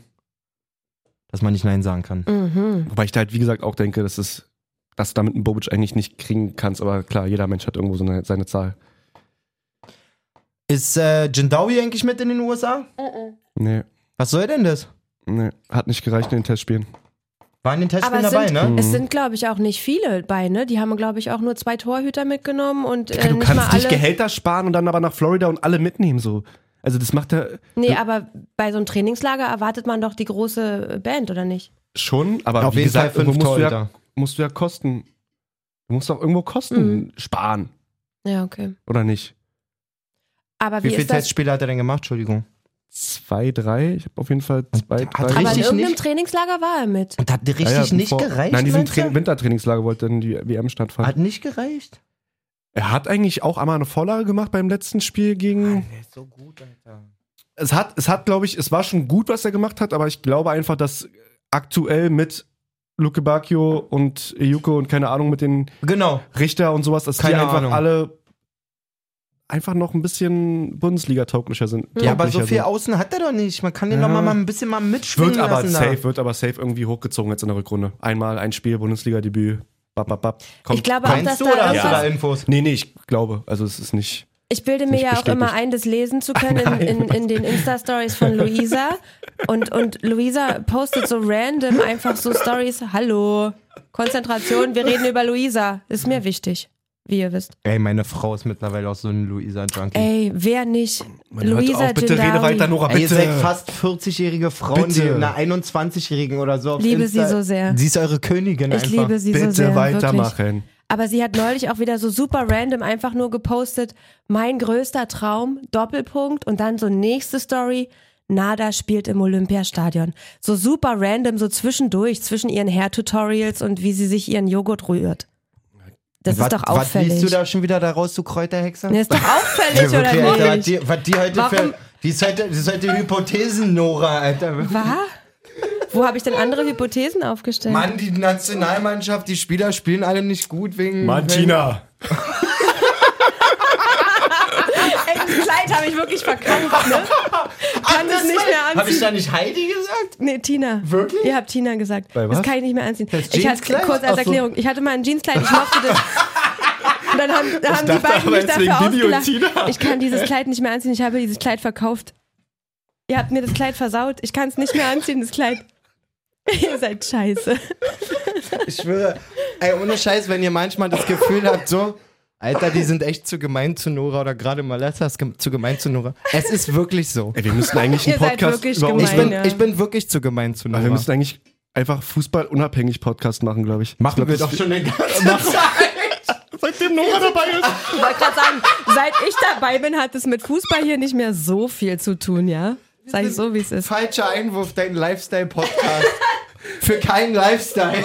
B: dass man nicht Nein sagen kann.
C: Mhm.
A: Wobei ich da halt, wie gesagt, auch denke, dass es, dass du damit einen Bobic eigentlich nicht kriegen kannst, aber klar, jeder Mensch hat irgendwo so eine, seine Zahl.
B: Ist äh, Jindawi eigentlich mit in den USA?
A: Nee,
B: Was soll denn das?
A: nee. Hat nicht gereicht in den Testspielen.
B: War in den
C: Aber
B: Testspielen
C: es
B: dabei,
C: sind,
B: ne?
C: es sind, glaube ich, auch nicht viele bei, ne? Die haben, glaube ich, auch nur zwei Torhüter mitgenommen und äh,
A: du
C: nicht mal
A: kannst nicht
C: alle.
A: Gehälter sparen und dann aber nach Florida und alle mitnehmen, so. Also, das macht er
C: Nee, aber bei so einem Trainingslager erwartet man doch die große Band, oder nicht?
A: schon, aber
B: Auf
A: wie
B: jeden
A: gesagt,
B: Fall fünf
A: irgendwo musst du, ja,
B: Torhüter.
A: musst du ja Kosten. Du musst auch irgendwo Kosten
C: Mhm.
A: sparen,
C: Ja, okay.
A: oder nicht?
C: Aber wie,
B: Wie viele
C: ist das?
B: Testspiele hat er denn gemacht? Entschuldigung.
A: zwei, drei. Ich habe auf jeden Fall zwei,
B: hat
A: drei.
C: Aber in
B: Richtig
C: irgendeinem
B: nicht?
C: Trainingslager war er mit.
B: Und hat richtig
A: Ja, ja,
B: nicht
A: vor-
B: gereicht?
A: Nein, in diesem
B: meinst du?
A: Tra Wintertrainingslager wollte dann die WM stattfinden.
B: Hat nicht gereicht?
A: er hat eigentlich auch einmal eine Vorlage gemacht beim letzten Spiel gegen.
B: Der ist so gut, Alter.
A: Es hat, es hat, glaube ich, es war schon gut, was er gemacht hat, aber ich glaube einfach, dass aktuell mit Luke Bacchio und Ejuko und keine Ahnung mit den
B: Genau.
A: Richter und sowas, dass
B: Keine
A: die einfach
B: Ahnung.
A: alle einfach noch ein bisschen Bundesliga-tauglicher sind.
B: Ja, aber so
A: tauglicher
B: viel
A: sind.
B: außen hat er doch nicht. Man kann den doch mal, mal ein bisschen mal mitschwimmen
A: Wird aber
B: lassen
A: safe, wird aber safe irgendwie hochgezogen jetzt in der Rückrunde. Einmal ein Spiel, Bundesliga-Debüt. Bap, bap, bap. Kommt.
C: Ich glaube
B: da.
C: auch, dass
B: Meinst
C: da
B: du oder hast du da
C: irgendwas,
B: Infos?
A: Nee, nee, ich glaube. Also es ist nicht.
C: Ich bilde mir
A: Nicht
C: ja auch
A: bestätigt. Ah,
C: immer ein, das lesen zu können in, in, in den Insta-Stories von Luisa. Und, und Luisa postet so random einfach so Stories. Hallo, Konzentration, wir reden über Luisa. Ist mir wichtig, wie ihr wisst.
B: Ey, meine Frau ist mittlerweile auch so ein Luisa-Junkie.
C: Ey, wer nicht?
A: Man
C: Luisa
A: hört auf, bitte
C: Gendari.
A: rede weiter, Nora,
B: Ey, ihr seid
A: bitte.
B: fast 40-jährige Frauen, die
A: Bitte.
B: einer 21-Jährigen oder so auf
C: Liebe sie
B: Insta
C: so sehr.
B: Sie ist eure Königin
C: Ich
B: einfach.
C: liebe sie so
A: Bitte
C: sehr. Wirklich.
A: weitermachen.
C: Aber sie hat neulich auch wieder so super random einfach nur gepostet, mein größter Traum, Doppelpunkt und dann so nächste Story, Nada spielt im Olympiastadion. So super random, so zwischendurch, zwischen ihren Hair-Tutorials und wie sie sich ihren Joghurt rührt. Das ist doch
B: Was
C: auffällig.
B: liest du da schon wieder daraus, du Kräuterhexer?
C: Nee, ist doch auffällig,
B: Ja, wirklich, Alter,
C: oder
B: was,
C: nicht?
B: die, was die heute
C: Warum-
B: für. Die ist heute, die ist heute Hypothesen-Nora, Alter.
C: War? Wo habe ich denn andere Hypothesen aufgestellt?
B: Mann, die Nationalmannschaft, die Spieler spielen alle nicht gut wegen.
A: Martina.
C: Ey, das Kleid habe ich wirklich verkauft, ne? Kann es nicht mehr
B: Habe ich
C: anziehen.
B: da nicht Heidi gesagt?
C: Nee, Tina.
B: Wirklich?
C: Ihr habt Tina gesagt.
A: Bei
C: Das
A: was?
C: kann ich nicht mehr anziehen.
B: Das
C: ich hatte,
B: Jeanskleid?
C: kurz
B: Ach
C: als
B: so.
C: Erklärung, ich hatte mal ein Jeanskleid, ich mochte das. Und dann haben, dann haben die beiden
A: aber
C: mich
A: jetzt wegen
C: dafür
A: Bibi und
C: ausgelacht.
A: Tina.
C: Ich kann dieses Kleid nicht mehr anziehen, ich habe dieses Kleid verkauft. Ihr habt mir das Kleid versaut, ich kann es nicht mehr anziehen, das Kleid. Ihr seid scheiße.
B: Ich schwöre. Ey, ohne Scheiß, wenn ihr manchmal das Gefühl habt, so. Alter, die sind echt zu gemein zu Nora oder gerade Malessa ist gem- zu gemein zu Nora. Es ist wirklich so.
A: Ey, wir müssen eigentlich einen
C: Ihr seid
A: Podcast
C: wirklich
A: über
C: gemein.
B: Ich
A: unseren
B: bin,
C: ja.
B: ich bin wirklich zu gemein zu Nora.
A: Aber wir müssen eigentlich einfach fußballunabhängig Podcast machen, glaube ich. ich
B: Machen
A: glaub,
B: wir
A: das-
B: doch schon den ganzen
A: Seitdem Nora dabei ist.
C: Ich wollte gerade sagen, seit ich dabei bin, hat es mit Fußball hier nicht mehr so viel zu tun, ja? Sag ich so, wie es ist.
B: Falscher Einwurf, dein Lifestyle-Podcast. Für keinen Lifestyle.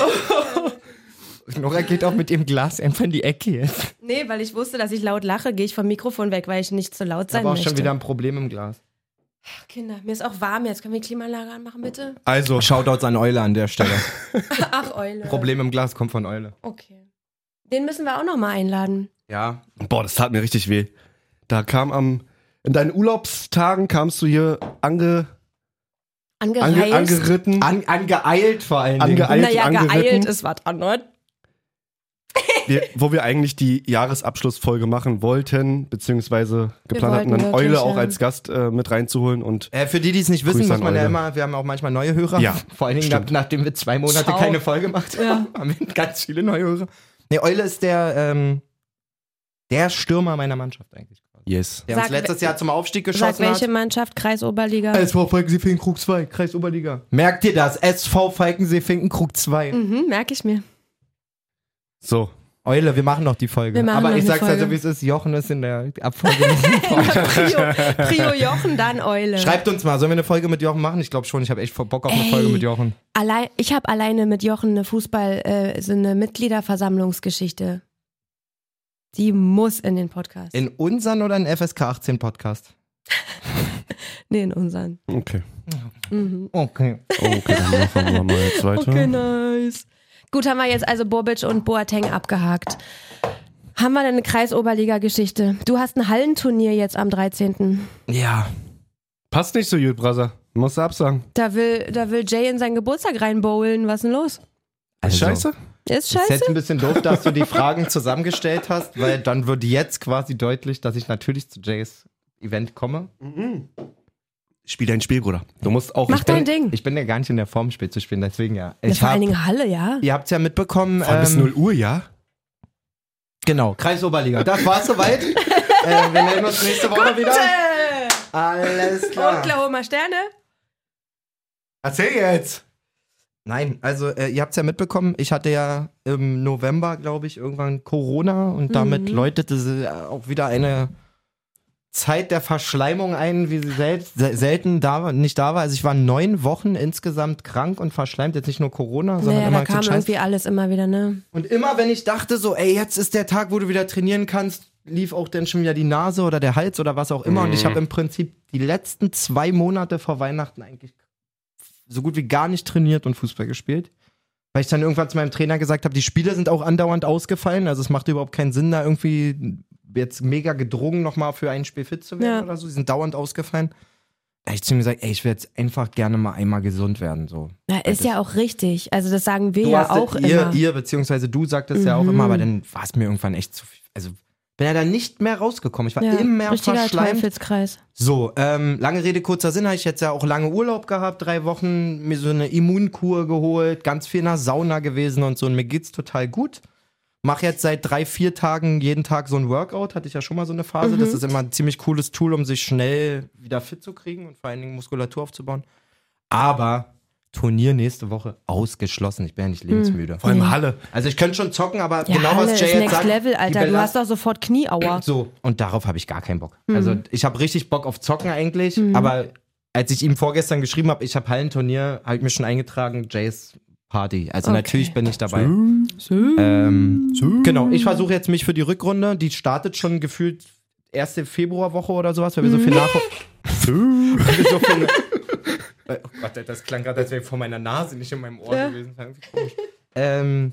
B: Nora geht auch mit ihrem Glas einfach in die Ecke jetzt.
C: Nee, weil ich wusste, dass ich laut lache, gehe ich vom Mikrofon weg, weil ich nicht zu laut
B: Da
C: sein
B: war auch
C: möchte.
B: schon wieder ein Problem im Glas.
C: Kinder, mir ist auch warm jetzt. Können wir die Klimaanlage anmachen, bitte?
A: Also,
B: Shoutouts an Eule an der Stelle.
C: Ach, Eule.
B: Problem im Glas kommt von Eule.
C: Okay. Den müssen wir auch nochmal einladen.
B: Ja.
A: boah, das tat mir richtig weh. Da kam am, in deinen Urlaubstagen kamst du hier ange,
C: Angereist.
A: ange, angeritten.
B: An, angeeilt vor allen Dingen.
A: Angeeilt,
C: naja,
A: und
C: geeilt
A: angeritten,
C: ist was anderes.
A: wir, wo wir eigentlich die Jahresabschlussfolge machen wollten, beziehungsweise geplant hatten,
C: wollten
A: dann Eule
C: wirklich,
A: auch
C: ja.
A: als Gast äh, mit reinzuholen und
B: Äh, für die, die es nicht wissen,
A: Grüße
B: muss
A: an
B: man ja
A: Eule.
B: immer, wir haben auch manchmal neue Hörer.
A: Ja,
B: Vor allen Dingen,
A: stimmt.
B: nach, nachdem wir zwei Monate
C: Schau.
B: keine Folge gemacht haben, haben wir ganz viele neue Hörer. Nee, Eule ist der, ähm, der Stürmer meiner Mannschaft eigentlich.
A: yes.
B: Der
C: Sag,
B: uns letztes Jahr zum Aufstieg
C: Sag
B: geschossen
C: welche
B: hat.
C: Mannschaft, Kreis
A: Äh,
C: Oberliga.
B: SV Falkensee-Finkenkrug 2, Kreis Oberliga. Merkt ihr das? SV Falkensee-Finkenkrug 2.
C: Mhm, merke ich mir.
A: So,
B: Eule, wir machen noch die Folge.
C: Wir machen
B: Aber
C: noch
B: ich
C: die
B: sag's ja
C: Folge.
B: so, wie es ist. Jochen ist in der Abfolge.
C: Trio, Trio Jochen, dann Eule.
B: Schreibt uns mal, sollen wir eine Folge mit Jochen machen? Ich glaube schon, ich habe echt voll Bock auf eine
C: Ey.
B: Folge mit Jochen.
C: Allein, ich habe alleine mit Jochen eine Fußball, äh, so eine Mitgliederversammlungsgeschichte. Die muss in den Podcast.
B: In unseren oder in FSK 18 Podcast?
C: nee, in unseren.
A: okay.
C: Mhm.
B: Okay.
A: Oh, Okay, dann machen wir mal jetzt weiter.
C: Okay, nice. Gut, haben wir jetzt also Bobic und Boateng abgehakt. Haben wir denn eine Kreisoberliga-Geschichte? Du hast ein Hallenturnier jetzt am 13.
B: Ja.
A: Passt nicht so gut, Brother. Musst du absagen.
C: Da will, da will Jay in seinen Geburtstag reinbowlen. Was ist denn los?
B: Also,
A: Scheiße.
C: Ist
B: Es ist
C: scheiße.
B: jetzt ein bisschen doof, dass du die Fragen zusammengestellt hast, weil dann wird jetzt quasi deutlich, dass ich natürlich zu Jays Event komme.
A: Spiel dein Spiel, Bruder. Du musst auch.
C: Mach dein Ding.
B: Ich bin ja gar nicht in der Form, Spiel zu spielen, deswegen ja.
C: Ja,
B: Ich
C: vor
B: hab,
C: allen Dingen Halle, ja.
B: ihr habt es ja mitbekommen.
A: Von bis
B: ähm,
A: 0 Uhr, ja?
B: Genau, Kreis Oberliga. Das war's soweit. äh, wir melden uns nächste Woche wieder.
C: Äh,
B: Alles klar.
C: Oklahoma Sterne.
B: Erzähl jetzt. Nein, also äh, ihr habt es ja mitbekommen, ich hatte ja im November, glaube ich, irgendwann Corona und damit
C: Mhm.
B: läutete sie äh, auch wieder eine Zeit der Verschleimung ein, wie sie selbst se selten da war, nicht da war. Also ich war neun Wochen insgesamt krank und verschleimt, jetzt nicht nur Corona, sondern
C: Naja,
B: immer
C: da kam
B: so Scheiß.
C: irgendwie alles immer wieder, ne?
B: Und immer wenn ich dachte so, ey, jetzt ist der Tag, wo du wieder trainieren kannst, lief auch dann schon wieder die Nase oder der Hals oder was auch immer. Und ich habe im Prinzip die letzten zwei Monate vor Weihnachten eigentlich so gut wie gar nicht trainiert und Fußball gespielt. Weil ich dann irgendwann zu meinem Trainer gesagt habe, die Spiele sind auch andauernd ausgefallen. Also es macht überhaupt keinen Sinn, da irgendwie jetzt mega gedrungen, nochmal für ein Spiel fit zu werden
C: Ja.
B: oder so. Die sind dauernd ausgefallen. Da hab ich zu ihm gesagt, ey, ich will jetzt einfach gerne mal einmal gesund werden. So.
C: Na, ist ja auch richtig. Also das sagen wir
B: Du
C: ja
B: hast
C: auch
B: ihr,
C: immer.
B: ihr, beziehungsweise du sagtest ja auch
C: Mhm.
B: immer, aber dann war es mir irgendwann echt zu viel. Also bin ja dann nicht mehr rausgekommen. Ich war
C: ja,
B: immer
C: richtiger
B: verschleimt.
C: Teufelskreis.
B: So, ähm, lange Rede, kurzer Sinn, habe ich jetzt ja auch lange Urlaub gehabt, drei Wochen, mir so eine Immunkur geholt, ganz viel in der Sauna gewesen und so und mir geht's total gut. Mach jetzt seit drei, vier Tagen jeden Tag so ein Workout, hatte ich ja schon mal so eine Phase.
C: Mhm.
B: Das ist immer ein ziemlich cooles Tool, um sich schnell wieder fit zu kriegen und vor allen Dingen Muskulatur aufzubauen. Aber Turnier nächste Woche ausgeschlossen. Ich bin ja nicht lebensmüde.
A: Vor allem Halle.
B: Also ich könnte schon zocken, aber
C: Mhm. Ja,
B: genau
C: Halle
B: was
C: ist
B: Jay jetzt
C: Next
B: sagt,
C: Level,
B: die
C: Alter. Du
B: Balance-
C: hast doch sofort Knieaua.
B: so, und darauf habe ich gar keinen Bock. Also ich habe richtig Bock auf Zocken eigentlich, aber als ich ihm vorgestern geschrieben habe, ich habe Hallenturnier, habe ich mir schon eingetragen, Jays Party. Also
C: Okay.
B: natürlich bin ich dabei. Ähm, genau, ich versuche jetzt mich für die Rückrunde, die startet schon gefühlt erste Februarwoche oder sowas, weil wir so viel nach... weil wir so viel oh Gott, Alter, das klang gerade, als wäre vor meiner Nase, nicht in meinem Ohr
C: Ja.
B: gewesen. Das war irgendwie komisch. ähm,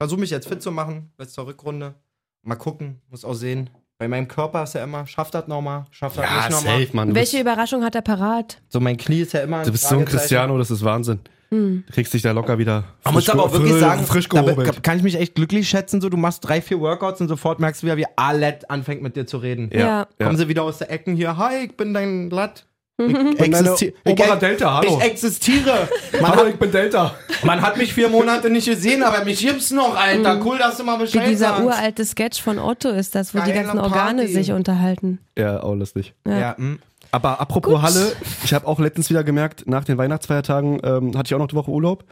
B: versuche mich jetzt fit zu machen, bis zur Rückrunde. Mal gucken, muss auch sehen. Bei meinem Körper ist ja immer, schafft das nochmal, schafft das nicht nochmal.
A: Mann. Du
C: Welche
A: bist,
C: Überraschung hat er parat?
B: So, mein Knie ist ja immer.
A: du bist so ein
B: Fragezeichen.
A: Cristiano, das ist Wahnsinn.
B: Hm.
A: Du kriegst dich da locker wieder.
B: Man muss
A: frisch
B: aber auch
A: ge-
B: wirklich
A: frisch-
B: sagen,
A: frisch
B: da
A: gehobelt.
B: be- kann ich mich echt glücklich schätzen. So, du machst drei, vier Workouts und sofort merkst du wieder, wie Alette anfängt mit dir zu reden.
A: Ja,
C: Ja.
A: ja.
B: Kommen sie wieder aus der Ecken hier, hi, ich bin dein Latt. Ich
A: deine
C: Mhm.
B: existi-
A: Obere
B: ich-
A: Delta, hallo.
B: Ich existiere. Man
A: Hallo,
B: hat,
A: ich bin Delta.
B: man hat mich vier Monate nicht gesehen, aber mich gibt's noch, Alter. Cool, dass du mal
C: Mhm. Wie
B: Bescheid
C: dieser
B: sagst.
C: uralte Sketch von Otto ist das, wo die
B: Geile
C: ganzen Organe
B: Party.
C: sich unterhalten.
A: Ja, oh, auch lustig.
B: Ja, hm.
A: Aber apropos Halle, ich habe auch letztens wieder gemerkt, nach den Weihnachtsfeiertagen ähm, hatte ich auch noch die Woche Urlaub.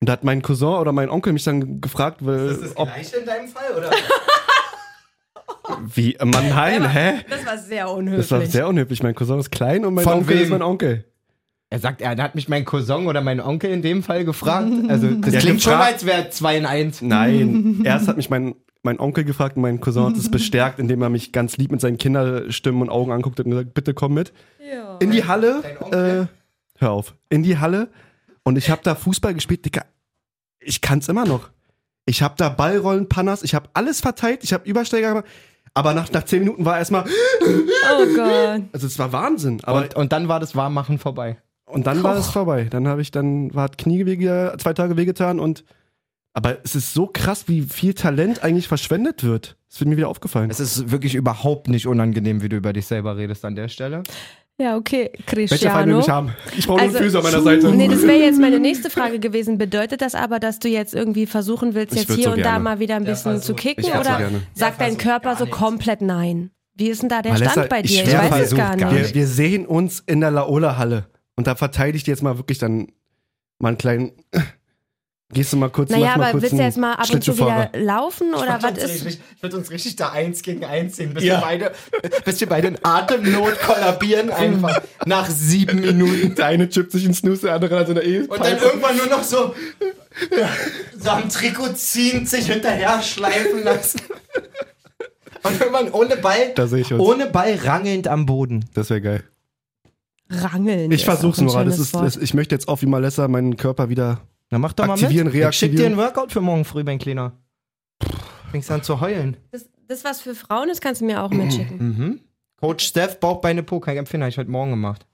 A: Und da hat mein Cousin oder mein Onkel mich dann gefragt, weil,
B: Ist das
A: ob.
B: gleiche in deinem Fall, oder?
A: Wie? äh, Mann, nein, hä?
C: Das war sehr
A: Das war
C: unhöflich.
A: sehr unhöflich. Mein Cousin ist klein und mein
B: Von
A: Onkel ist
B: wem?
A: mein Onkel.
B: Er sagt, er hat mich mein Cousin oder mein Onkel in dem Fall gefragt. Also, das
A: Ja,
B: klingt schon,
A: gefragt.
B: als wäre 2 in 1.
A: Nein, erst hat mich mein, mein Onkel gefragt und mein Cousin hat es bestärkt, indem er mich ganz lieb mit seinen Kinderstimmen und Augen anguckt und gesagt, bitte komm mit. In die Halle. Äh,
B: Onkel?
A: hör auf. In die Halle. Und ich habe da Fußball gespielt, Digga. Ich kann's immer noch. Ich habe da Ballrollen, Pannas, ich habe alles verteilt, ich habe Übersteiger gemacht. Aber nach, nach zehn Minuten war erstmal,
C: Oh Gott.
A: also es war Wahnsinn. Aber
B: Und, und dann war das Warmmachen vorbei.
A: Und dann war es vorbei. Dann habe ich dann war hat Knie wege, zwei Tage wehgetan und aber es ist so krass, wie viel Talent eigentlich verschwendet wird. Das wird mir wieder aufgefallen.
C: Also,
B: Es ist wirklich überhaupt nicht unangenehm, wie du über dich selber redest an der Stelle.
C: Ja, okay.
A: Welcher Fall will
C: Cristiano.
A: mich haben? Ich brauche nur einen Füße an meiner
C: Schuh.
A: Seite.
C: Nee, das wäre jetzt meine nächste Frage gewesen. Bedeutet das aber, dass du jetzt irgendwie versuchen willst,
A: Ich
C: jetzt
A: würd
C: hier
A: so
C: und da
A: gerne.
C: mal wieder ein bisschen
B: versuch.
C: zu kicken?
A: Ich würd so
C: Oder
A: gerne.
B: Ja,
C: sagt dein
B: versuch.
C: Körper
B: Gar
C: so
B: nichts.
C: komplett nein? Wie ist denn da der
A: Vanessa,
C: Stand bei
A: ich
C: dir? Ich,
A: schwör,
C: weiß es
B: versucht
C: gar
B: gar
C: nicht.
A: wir, wir sehen uns in der Laola-Halle. Und da verteile ich dir jetzt mal wirklich dann mal einen kleinen. Gehst du mal kurz
C: Naja,
A: mach mal
C: aber
A: kurz
C: willst du
A: einen
C: jetzt mal ab und
A: Schritt
C: zu wieder
A: Fahrer.
C: laufen oder was ist?
B: Ich würde uns richtig da eins gegen eins sehen, bis,
A: Ja.
B: wir beide, bis wir beide in Atemnot kollabieren einfach nach sieben Minuten.
A: Der eine chippt sich ins Snooze, der andere hat seine e
B: Und dann irgendwann nur noch so, so am Trikot ziehend sich hinterher schleifen lassen. Und irgendwann ohne Ball,
A: Da seh ich uns.
B: ohne Ball rangelnd am Boden.
A: Das wäre geil.
C: Rangeln.
A: Ich
C: ist
A: versuch's,
C: auch ein
A: Nora. Das
C: schönes
A: ist,
C: Wort.
A: das, ich möchte jetzt auf wie Malessa meinen Körper wieder
B: Na mach doch mal
A: Aktivieren,
B: mit. Ich schick dir
A: reaktivieren.
B: ein Workout für morgen früh, mein Kleiner. Fängst an zu heulen.
C: Das, das, was für Frauen ist, kannst du mir auch mitschicken.
B: Coach Steph, Bauchbeine Po, kein Empfinder, hab ich heute Morgen gemacht.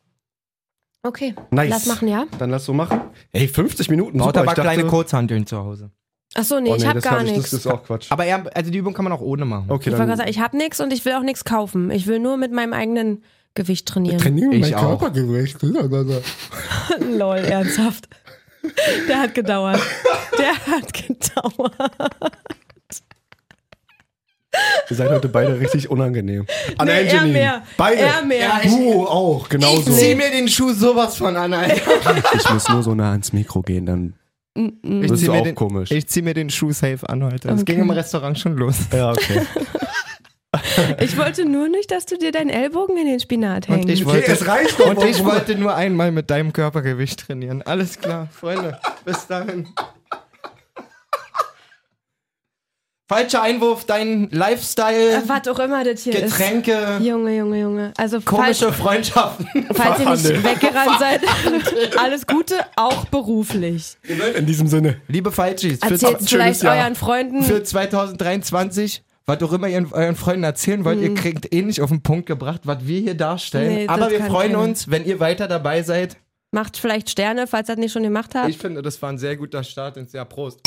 C: Okay,
A: Nice.
C: lass machen, ja?
A: Dann lass so machen. Ey, 50 Minuten.
B: Baut
A: Super,
B: aber
A: ich dachte,
B: kleine Kurzhanteln zu Hause.
C: Achso, nee,
A: oh,
C: ich hab
A: das
C: gar
A: hab ich-
C: nichts.
A: Das ist auch Quatsch.
B: Aber eher, also die Übung kann man auch ohne machen.
A: okay,
C: Ich wollte gerade
A: dann
C: sagen, ich habe nichts und ich will auch nichts kaufen. Ich will nur mit meinem eigenen Gewicht trainieren.
A: trainiere
B: Ich
A: mein
B: auch.
A: Körpergewicht.
C: Lol, ernsthaft. Der hat gedauert. Der hat gedauert.
A: Ihr seid heute beide richtig unangenehm. An
C: Nee, er mehr.
A: Beide.
C: Er mehr.
A: Du auch, genau
B: Ich
A: so.
B: zieh mir den Schuh sowas von an, Alter.
A: Ich muss nur so nah ans Mikro gehen, dann
B: Ich
A: wirst
B: zieh,
A: du
B: mir
A: auch
B: den,
A: komisch.
B: ich zieh mir den Schuh safe an heute. Das ging im Restaurant schon los.
A: ja, okay.
C: Ich wollte nur nicht, dass du dir deinen Ellbogen in den Spinat hängst.
B: Und ich wollte,
A: es reicht doch,
B: und ich
A: Mann.
B: wollte nur einmal mit deinem Körpergewicht trainieren. Alles klar, Freunde. Bis dahin. Falscher Einwurf, dein Lifestyle,
C: Äh, was auch immer das hier ist.
B: Getränke,
C: Junge, Junge, Junge. Also falls,
B: komische Freundschaften.
C: falls ihr nicht
A: Fachhandel.
C: weggerannt seid, alles Gute, auch beruflich.
A: In diesem Sinne.
B: Liebe Falschis, für,
C: Erzählt
B: für,
C: vielleicht
A: Jahr.
C: euren Freunden.
B: für 2023 was auch immer ihr euren Freunden erzählen wollt, ihr kriegt eh nicht auf den Punkt gebracht, was wir hier darstellen.
C: Nee, das
B: Aber wir
C: kann
B: freuen
C: keiner.
B: uns, wenn ihr weiter dabei seid.
C: Macht vielleicht Sterne, falls ihr das nicht schon gemacht habt.
B: Ich finde, das war ein sehr guter Start ins Jahr. Prost.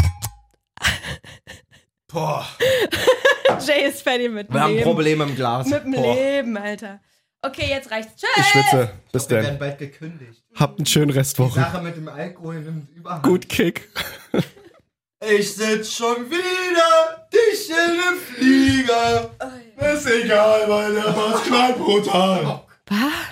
C: Jay ist fertig mit
B: Wir
C: dem
B: haben
C: Leben.
B: Probleme im Glas.
C: Mit dem
B: Boah.
C: Leben, Alter. Okay, jetzt reicht's. Tschüss.
A: Ich schwitze. Bis
B: Wir
A: dann.
B: werden bald gekündigt.
A: Habt einen schönen Restwoche.
B: Sache mit dem Alkohol nimmt überhand.
A: Gut Kick.
B: Ich sitz schon wieder dich in dem Flieger.
E: Ist egal, weil der war brutal.
C: Was?